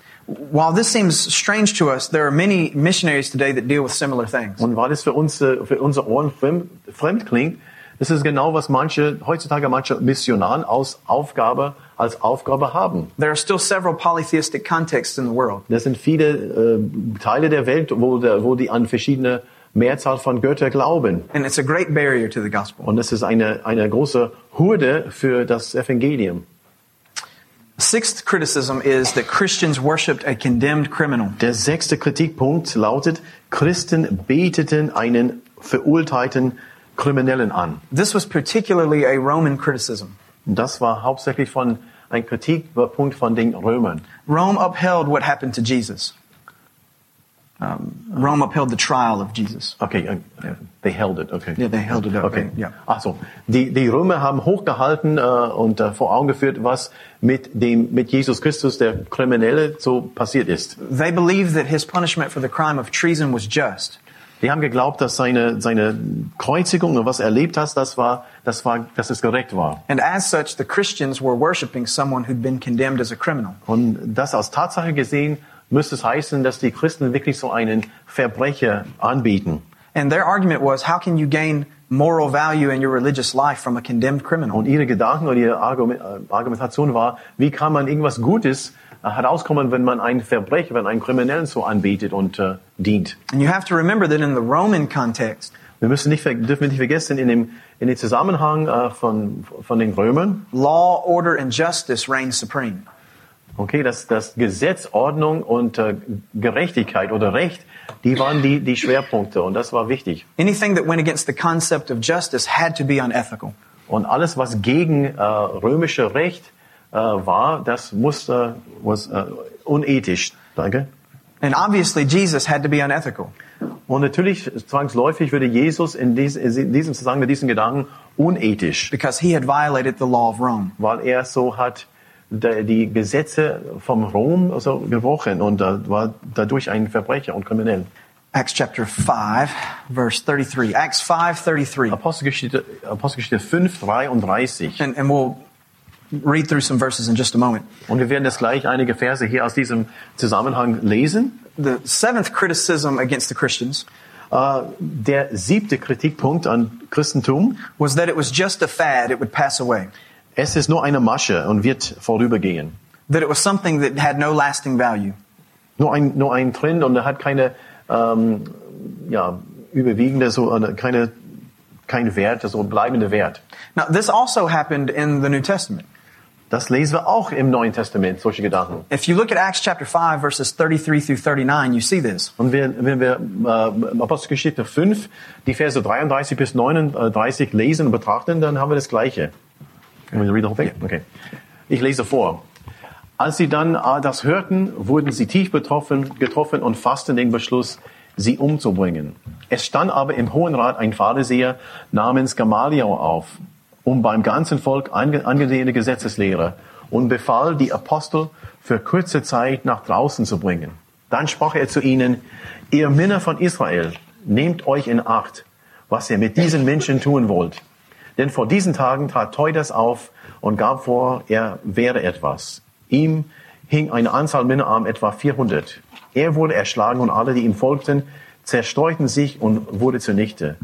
S2: While this seems strange to us, there are many missionaries today that deal with similar things.
S3: Und weil es für uns, äh, für unsere Ohren fremd, fremd klingt, das ist genau, was manche, heutzutage manche Missionaren aus Aufgabe, als Aufgabe haben.
S2: There are still several polytheistic contexts in the world.
S3: Das sind viele äh, Teile der Welt, wo, der, wo die an verschiedene Mehrzahl von Götter glauben.
S2: And it's a great barrier to the gospel.
S3: Und das ist eine, eine große Hürde für das Evangelium.
S2: Sixth criticism is that Christians worshiped a condemned criminal.
S3: Der sechste Kritikpunkt lautet, Christen beteten einen verurteilten Kriminellen an.
S2: This was particularly a Roman criticism.
S3: Und das war hauptsächlich von ein Kritikpunkt von den Römern.
S2: Rome upheld what happened to Jesus. Um, Rome upheld the trial of Jesus.
S3: Okay, äh, they held it, okay.
S2: Yeah, they held it up,
S3: Okay,
S2: yeah.
S3: Ach so. Die, die Römer haben hochgehalten äh, und äh, vor Augen geführt, was mit dem, mit Jesus Christus, der Kriminelle, so passiert ist.
S2: They believed that his punishment for the crime of treason was just.
S3: Die haben geglaubt, dass seine, seine Kreuzigung und was er erlebt hat, das war, das war, dass es gerecht war.
S2: And as such, the Christians were worshiping someone who'd been condemned as a criminal.
S3: Und das als Tatsache gesehen, müsste es heißen, dass die Christen wirklich so einen Verbrecher anbieten.
S2: And their argument was, how can you gain moral value in your religious life from a condemned criminal?
S3: Und ihre Gedanken und ihre Argument, äh, Argumentation war, wie kann man irgendwas Gutes äh, herauskommen, wenn man einen Verbrecher, wenn einen Kriminellen so anbietet und äh, dient.
S2: And you have to remember that in the Roman context,
S3: Wir müssen nicht, ver- dürfen nicht vergessen, in dem, in dem Zusammenhang äh, von, von den Römern,
S2: law, order, and justice reigned supreme.
S3: okay, dass das Gesetz, Ordnung und äh, Gerechtigkeit oder Recht, die waren die, die Schwerpunkte und das war wichtig.
S2: Anything that went against the concept of justice had to be unethical.
S3: Und alles, was gegen äh, römische Recht äh, war, das musste, was äh, unethisch. Danke.
S2: And obviously, Jesus had to be unethical.
S3: Und natürlich, zwangsläufig würde Jesus in diesem, in diesem Zusammenhang mit diesen Gedanken unethisch,
S2: because he had violated the law of Rome.
S3: weil er so hat de- die Gesetze vom Rom so gebrochen und da war dadurch ein Verbrecher und kriminell.
S2: Acts chapter 5, verse 33. Acts 5, 33.
S3: Apostelgeschichte, Apostelgeschichte 5, 33.
S2: And, and we'll read through some verses in just a moment.
S3: Und wir werden jetzt gleich einige Verse hier aus diesem Zusammenhang lesen.
S2: The seventh criticism against the Christians
S3: Äh, der siebte Kritikpunkt an Christentum.
S2: was that it was just a fad, it would pass away,
S3: Es ist nur eine Masche und wird vorübergehen.
S2: that it was something that had no lasting value.
S3: Nur ein, nur ein Trend und er hat keine ähm, ja, überwiegende, so, äh, keine, kein Wert, so bleibende Wert.
S2: Now, this also happened in the New Testament.
S3: Das lesen wir auch im Neuen Testament, solche Gedanken.
S2: If you look at Acts chapter 5, verses 33 through 39, you see this.
S3: Und wenn, wenn wir äh, Apostelgeschichte 5, die Verse 33 bis 39 lesen und betrachten, dann haben wir das Gleiche. Can we read the whole thing? Okay. Ich lese vor. Als sie dann äh, das hörten, wurden sie tief betroffen, getroffen und fassten den Beschluss, sie umzubringen. Es stand aber im Hohen Rat ein Pharisäer namens Gamaliel auf, um beim ganzen Volk ange angesehene Gesetzeslehre und befahl, die Apostel für kurze Zeit nach draußen zu bringen. Dann sprach er zu ihnen, ihr Männer von Israel, nehmt euch in Acht, was ihr mit diesen Menschen tun wollt. Denn vor diesen Tagen trat Teudas auf und gab vor, er wäre etwas. Ihm hing eine Anzahl Männer am etwa 400. Er wurde erschlagen und alle, die ihm folgten, zerstreuten sich und wurde zunichte.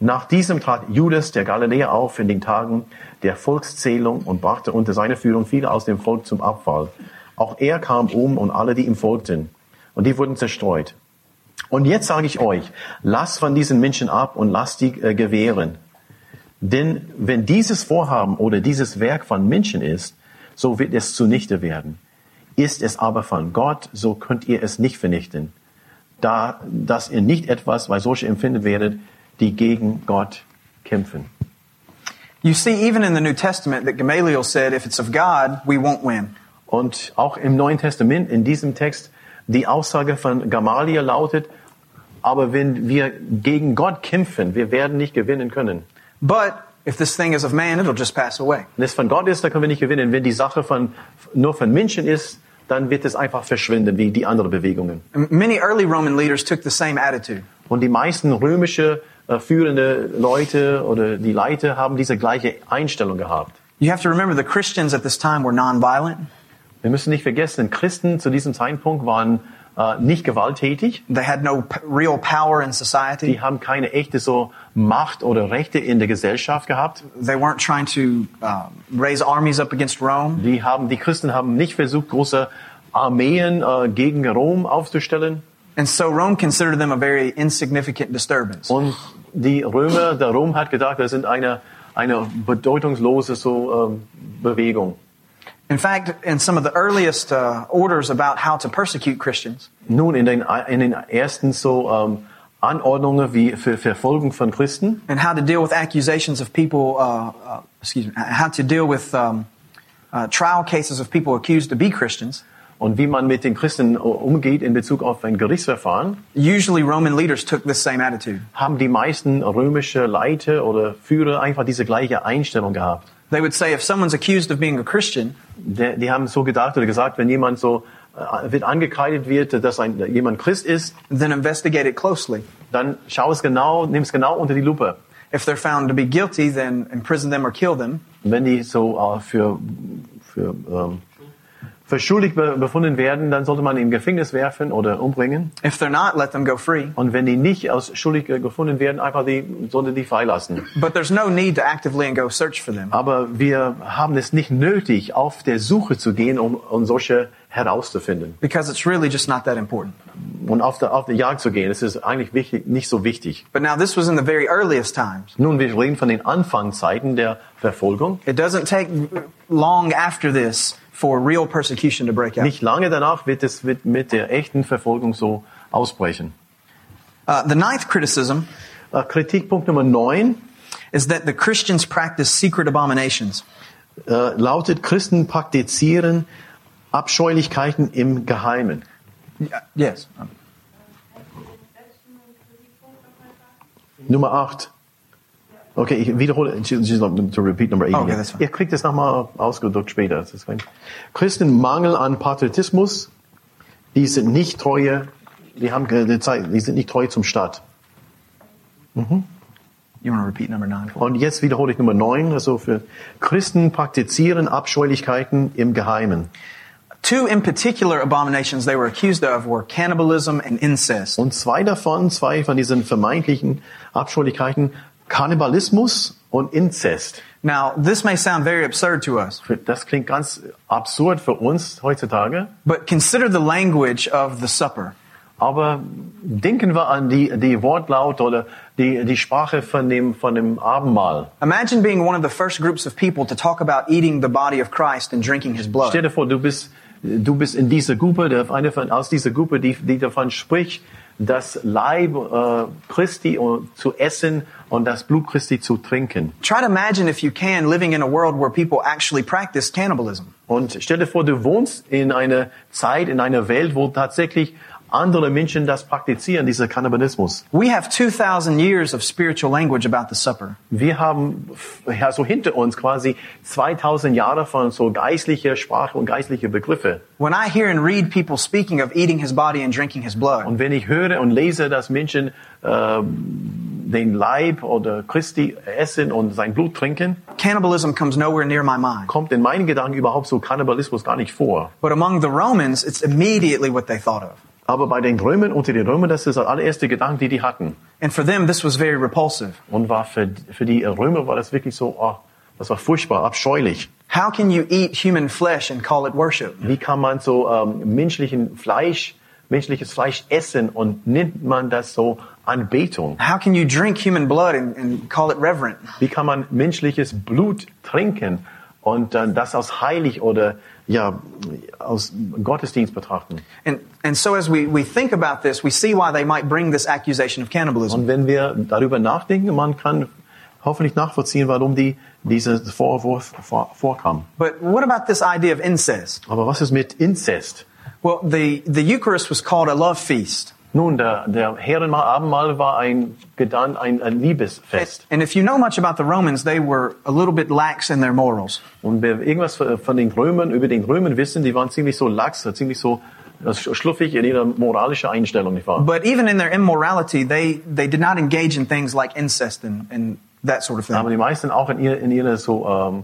S3: Nach diesem trat Judas der Galiläer auf in den Tagen der Volkszählung und brachte unter seiner Führung viele aus dem Volk zum Abfall. Auch er kam um und alle, die ihm folgten. Und die wurden zerstreut. Und jetzt sage ich euch, lasst von diesen Menschen ab und lasst die äh, gewähren. Denn wenn dieses Vorhaben oder dieses Werk von Menschen ist, so wird es zunichte werden. Ist es aber von Gott, so könnt ihr es nicht vernichten, da, dass ihr nicht etwas bei solche empfindet werdet, die gegen Gott kämpfen.
S2: You see, even in the New Testament, that Gamaliel said, if it's of God, we won't win.
S3: Und auch im Neuen Testament, in diesem Text, die Aussage von Gamaliel lautet, aber wenn wir gegen Gott kämpfen, wir werden nicht gewinnen können.
S2: But if this thing is of man, it'll just pass away.
S3: Wenn es von Gott ist, dann können wir nicht gewinnen. Wenn die Sache von, nur von Menschen ist, dann wird es einfach verschwinden, wie die anderen Bewegungen.
S2: M- Many early Roman leaders took the same attitude.
S3: Und die meisten römische äh, führende Leute oder die Leiter haben diese gleiche Einstellung gehabt.
S2: You have to remember the Christians at this time were nonviolent.
S3: Wir müssen nicht vergessen, Christen zu diesem Zeitpunkt waren äh, nicht gewalttätig.
S2: They had no p- real power in society.
S3: Die haben keine echte so Macht oder Rechte in der Gesellschaft gehabt.
S2: They weren't trying to uh, raise armies up against Rome.
S3: Die haben, die Christen haben nicht versucht, große Armeen äh, gegen Rom aufzustellen.
S2: And so Rome considered them a very insignificant disturbance.
S3: Und die Römer, der Rom hat gedacht, das sind eine, eine bedeutungslose so, ähm, Bewegung.
S2: In fact, in some of the earliest uh, orders about how to persecute Christians,
S3: Nun, in den, in den ersten so ähm, Anordnungen wie für Verfolgung von Christen
S2: and how to deal with accusations of people, uh, uh, excuse me, how to deal with um, uh, trial cases of people accused to be Christians,
S3: und wie man mit den Christen äh, umgeht in Bezug auf ein Gerichtsverfahren,
S2: usually Roman leaders took this same attitude.
S3: haben die meisten römische Leiter oder Führer einfach diese gleiche Einstellung gehabt.
S2: They would say if someone's accused of being a Christian,
S3: Der- Die haben so gedacht oder gesagt, wenn jemand so äh, wird angekreidet wird, dass ein, jemand Christ ist,
S2: then investigate it closely.
S3: dann schau es genau, nimm es genau unter die Lupe.
S2: If they're found to be guilty, then imprison them or kill them.
S3: Und Wenn die so äh, für, für, ähm, für schuldig be befunden werden, dann sollte man ihn im Gefängnis werfen oder umbringen.
S2: If they're not, let them go free.
S3: Und wenn die nicht als schuldig äh, gefunden werden, einfach die, sollte die freilassen.
S2: But there's no need to actively and go search for them.
S3: Aber wir haben es nicht nötig, auf der Suche zu gehen, um, um solche herauszufinden.
S2: because it's really just not that important.
S3: Und auf der, auf der Jagd zu gehen, das ist eigentlich wichtig, nicht so wichtig.
S2: But now this was in the very earliest times.
S3: Nun, wir reden von den Anfangszeiten der Verfolgung.
S2: It doesn't take long after this for real persecution to break out.
S3: Nicht lange danach wird es mit, mit der echten Verfolgung so ausbrechen.
S2: Uh, the ninth criticism
S3: Äh, Kritikpunkt Nummer 9
S2: is that the Christians practice secret abominations.
S3: äh, lautet, Christen praktizieren Abscheulichkeiten im Geheimen.
S2: Yes.
S3: Nummer 8. Okay, ich wiederhole, she's not- to repeat number 8.
S2: Oh, Okay, that's fine.
S3: Ihr kriegt es nochmal ausgedruckt später. Das ist kein Christen Mangel an Patriotismus, die sind nicht treue, die haben keine Zeit, die sind nicht treu zum Staat.
S2: You want to repeat number nine?
S3: Und jetzt wiederhole ich Nummer 9, also für Christen praktizieren Abscheulichkeiten im Geheimen.
S2: Two in particular abominations they were accused of were cannibalism and incest.
S3: Und zwei davon, zwei von diesen vermeintlichen Abscheulichkeiten, Kannibalismus und Inzest.
S2: Now, this may sound very absurd to us,
S3: Das klingt ganz absurd für uns heutzutage.
S2: but consider the language of the supper.
S3: Aber denken wir an die, die Wortlaut oder die, die Sprache von dem, von dem Abendmahl.
S2: Imagine being one of the first groups of people to talk about eating the body of Christ and drinking his blood.
S3: Stell dir vor, du bist, du bist in dieser Gruppe, der, eine von, aus dieser Gruppe, die, die davon spricht, das Leib äh, Christi äh, zu essen und das Blut Christi zu trinken.
S2: Try to imagine, if you can, living in a world where people actually practice cannibalism.
S3: Und stell dir vor, du wohnst in einer Zeit, in einer Welt, wo tatsächlich andere Menschen das praktizieren, dieser Kannibalismus.
S2: We have 2,000 years of spiritual language about the supper.
S3: Wir haben ja, so hinter uns quasi 2000 Jahre von so geistlicher Sprache und geistliche Begriffe.
S2: When I hear and read people speaking of eating his body and drinking his blood,
S3: Und wenn ich höre und lese, dass Menschen ähm, den Leib oder Christi essen und sein Blut trinken,
S2: cannibalism comes nowhere near my mind.
S3: kommt in meinen Gedanken überhaupt so Kannibalismus gar nicht vor.
S2: But among the Romans, it's immediately what they thought of.
S3: Aber bei den Römern, unter den Römern, das ist der allererste Gedanke, die die hatten.
S2: And for them, this was very repulsive.
S3: Und war für, für die Römer war das wirklich so, oh, das war furchtbar, abscheulich.
S2: How can you eat human flesh and call it worship?
S3: Wie kann man so ähm, menschlichen Fleisch, menschliches Fleisch essen und nennt man das so Anbetung?
S2: How can you drink human blood and, and call it reverent?
S3: Wie kann man menschliches Blut trinken und dann das als heilig oder ja aus Gottesdienst betrachten?
S2: And, and so as we, we think about this, we see why they might bring this accusation of cannibalism.
S3: Und wenn wir darüber nachdenken, man kann hoffentlich nachvollziehen, warum die dieser Vorwurf vor, vorkam.
S2: But what about this idea of incest?
S3: Aber was ist mit Inzest?
S2: Well, the, the Eucharist was called a love feast.
S3: Nun, der, der Herrenmahl, Abendmahl war ein Gedan, ein, ein Liebesfest.
S2: And if you know much about the Romans, they were a little bit lax in their morals.
S3: Und wer irgendwas von von den Römern, über den Römern wissen, die waren ziemlich so lax, ziemlich so äh, schluffig in ihrer moralischen Einstellung, nicht wahr?
S2: But even in their immorality, they, they did not engage in things like incest and, and that sort of thing.
S3: Aber die meisten auch in ihrer, in ihrer so, ähm,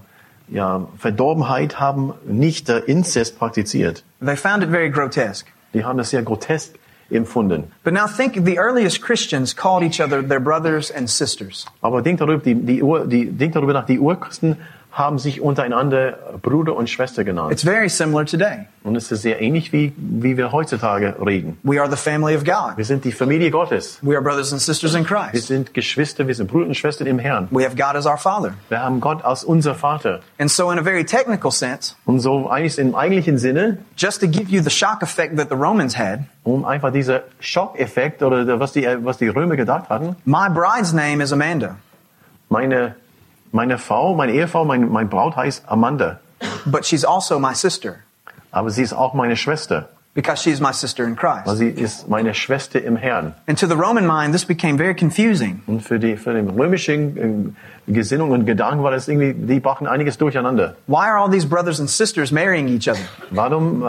S3: ja, Verdorbenheit haben nicht äh, Inzest praktiziert.
S2: They found it very grotesque.
S3: Die haben das sehr grotesk empfunden.
S2: But now think the earliest Christians called each other their brothers and sisters.
S3: Aber denkt darüber, die, die, Ur, die, denkt darüber nach, die Urchristen haben sich untereinander Bruder und Schwester
S2: It's
S3: genannt.
S2: very similar today.
S3: Und es ist sehr ähnlich, wie, wie wir heutzutage reden.
S2: We are the family of God.
S3: Wir sind die Familie Gottes.
S2: We are brothers and sisters in
S3: Wir
S2: Christ.
S3: sind Geschwister, wir sind Brüder und Schwestern im Herrn.
S2: We have God as our Father.
S3: Wir haben Gott als unser Vater.
S2: And so, in a very technical sense,
S3: Und so eigentlich im eigentlichen Sinne,
S2: just to give you the shock effect that the Romans had,
S3: um einfach dieser Schockeffekt oder der- was die, was die Römer gedacht hatten,
S2: my bride's name is Amanda.
S3: meine, meine Frau, meine Ehefrau, mein, mein Braut heißt Amanda.
S2: but she's also my sister
S3: Aber sie ist auch meine Schwester,
S2: because she's my sister in
S3: weil
S2: Christ.
S3: sie ist meine Schwester im Herrn.
S2: And to the Roman mind, this became very confusing.
S3: Und für die, für den römischen äh, Gesinnung und Gedanken war das irgendwie, die brachten einiges durcheinander.
S2: Why are all these brothers and sisters marrying each other?
S3: Warum, äh,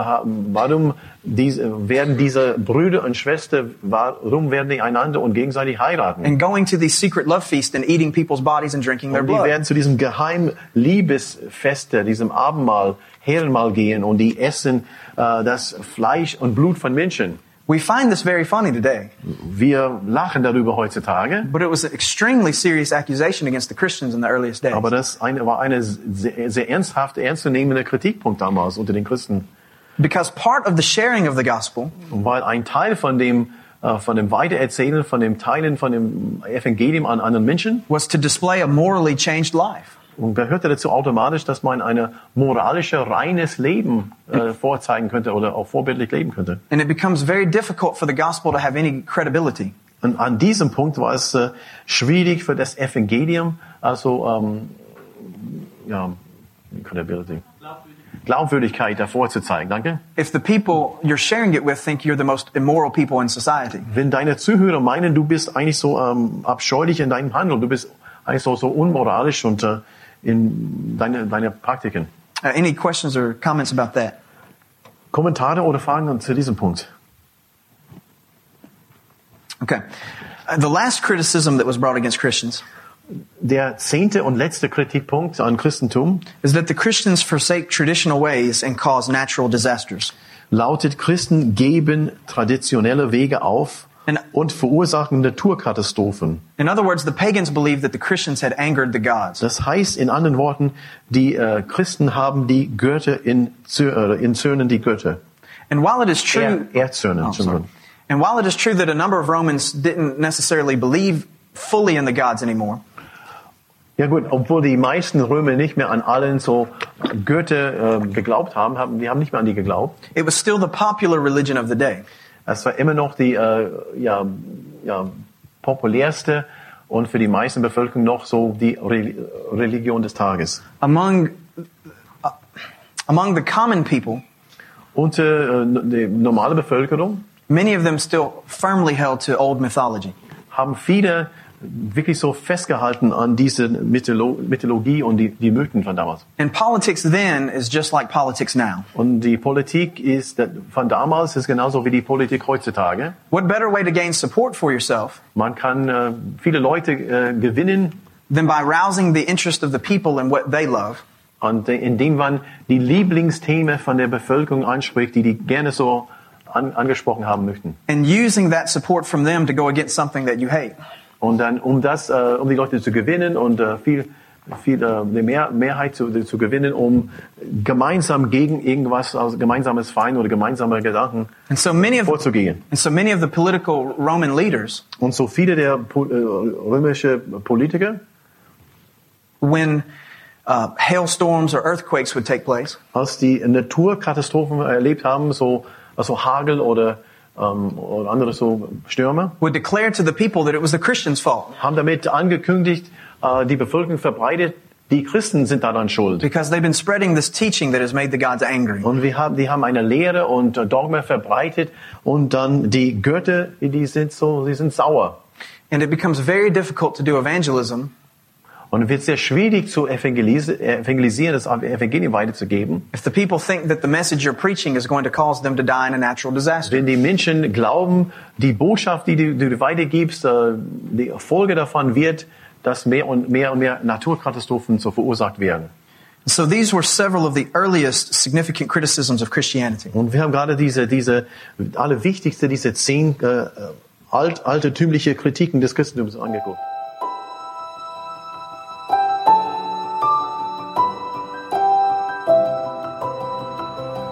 S3: warum diese, werden diese Brüder und Schwestern, warum werden die einander und gegenseitig heiraten?
S2: And going to these secret love feasts and eating people's bodies and drinking their
S3: Und die
S2: blood.
S3: werden zu diesem geheimen Liebesfeste, diesem Abendmahl, Herrenmahl gehen und die essen äh, das Fleisch und Blut von Menschen.
S2: We find this very funny today,
S3: Wir lachen darüber heutzutage,
S2: but it was an extremely serious accusation against the Christians in the earliest days.
S3: aber das eine, war eine sehr, sehr ernsthaft ernstzunehmende Kritikpunkt damals unter den Christen.
S2: Because part of the sharing of the gospel
S3: Und weil ein Teil von dem, äh, von dem Weitererzählen, von dem Teilen, von dem Evangelium an anderen Menschen,
S2: was to display a morally changed life.
S3: und gehörte dazu automatisch, dass man ein moralisches, reines Leben äh, vorzeigen könnte oder auch vorbildlich leben könnte.
S2: And it becomes very difficult for the gospel to have any credibility.
S3: Und an diesem Punkt war es äh, schwierig für das Evangelium, also ähm, ja, Credibility. Glaubwürdigkeit davor zu zeigen, danke.
S2: If the people you're sharing it with think you're the most immoral people in society,
S3: Wenn deine Zuhörer meinen, du bist eigentlich so ähm, abscheulich in deinem Handeln, du bist eigentlich so, so unmoralisch und äh, in deine, deine Praktiken.
S2: uh, any questions or comments about that?
S3: Kommentare oder Fragen zu diesem Punkt?
S2: Okay. Uh, the last criticism that was brought against Christians
S3: Der zehnte und letzte Kritikpunkt an Christentum
S2: is that the Christians forsake traditional ways and cause natural disasters.
S3: lautet, Christen geben traditionelle Wege auf
S2: In-
S3: und verursachen Naturkatastrophen.
S2: In other words, the pagans believed that the Christians had angered the gods.
S3: Das heißt in anderen Worten, die äh, Christen haben die Götter in, Zö- äh, in Zöhnen die Götter.
S2: And while it is true,
S3: Er, Erzöhnen.
S2: Oh, sorry.
S3: Entschuldigung.
S2: And while it is true that a number of Romans didn't necessarily believe fully in the gods anymore,
S3: ja gut, obwohl die meisten Römer nicht mehr an allen so Götter äh, geglaubt haben, haben, die haben nicht mehr an die geglaubt.
S2: it was still the popular religion of the day.
S3: Es war immer noch die äh, ja, ja, populärste und für die meisten Bevölkerung noch so die Re Religion des Tages.
S2: Among, uh, among the common people,
S3: Unter äh, die normale Bevölkerung
S2: many of them still firmly held to old mythology.
S3: haben viele wirklich so festgehalten an diese Mytholo Mythologie und die, die Mythen von damals.
S2: And politics then is just like politics now.
S3: Und die Politik ist äh, von damals ist genauso wie die Politik heutzutage.
S2: What better way to gain support for yourself
S3: Man kann äh, viele Leute äh, gewinnen,
S2: than by rousing the interest of the people in what they love
S3: und, äh, indem man die Lieblingsthemen von der Bevölkerung anspricht, die die gerne so an, angesprochen haben möchten.
S2: and using that support from them to go against something that you hate?
S3: Und dann um das, äh, um die Leute zu gewinnen und äh, viel viel äh, eine Mehr, Mehrheit zu, zu gewinnen, um gemeinsam gegen irgendwas, also gemeinsames Feind oder gemeinsame Gedanken
S2: And so many of
S3: vorzugehen.
S2: and so many of the political Roman leaders
S3: Und so viele der po äh, römische Politiker,
S2: when uh, hailstorms or earthquakes would take place,
S3: als die Naturkatastrophen erlebt haben, so also Hagel oder, ähm, oder andere so Stürme,
S2: would declare to the people that it was the Christians' fault
S3: haben damit angekündigt, äh, die Bevölkerung verbreitet, die Christen sind daran schuld.
S2: because they've been spreading this teaching that has made the gods angry.
S3: Und wir haben, die haben eine Lehre und äh, Dogma verbreitet und dann die Götter, die sind so, sie sind sauer.
S2: And it becomes very difficult to do evangelism
S3: Und es wird sehr schwierig zu evangelis evangelisieren, das Evangelium weiterzugeben.
S2: if the people think that the message you're preaching is going to cause them to die in a natural disaster.
S3: Wenn die Menschen glauben, die Botschaft, die du, die du weitergibst, äh, die Folge davon wird, dass mehr und mehr und mehr Naturkatastrophen so verursacht werden.
S2: So these were several of the earliest significant criticisms of Christianity.
S3: Und wir haben gerade diese, diese allerwichtigste, diese zehn äh, alt, altertümliche Kritiken des Christentums angeguckt.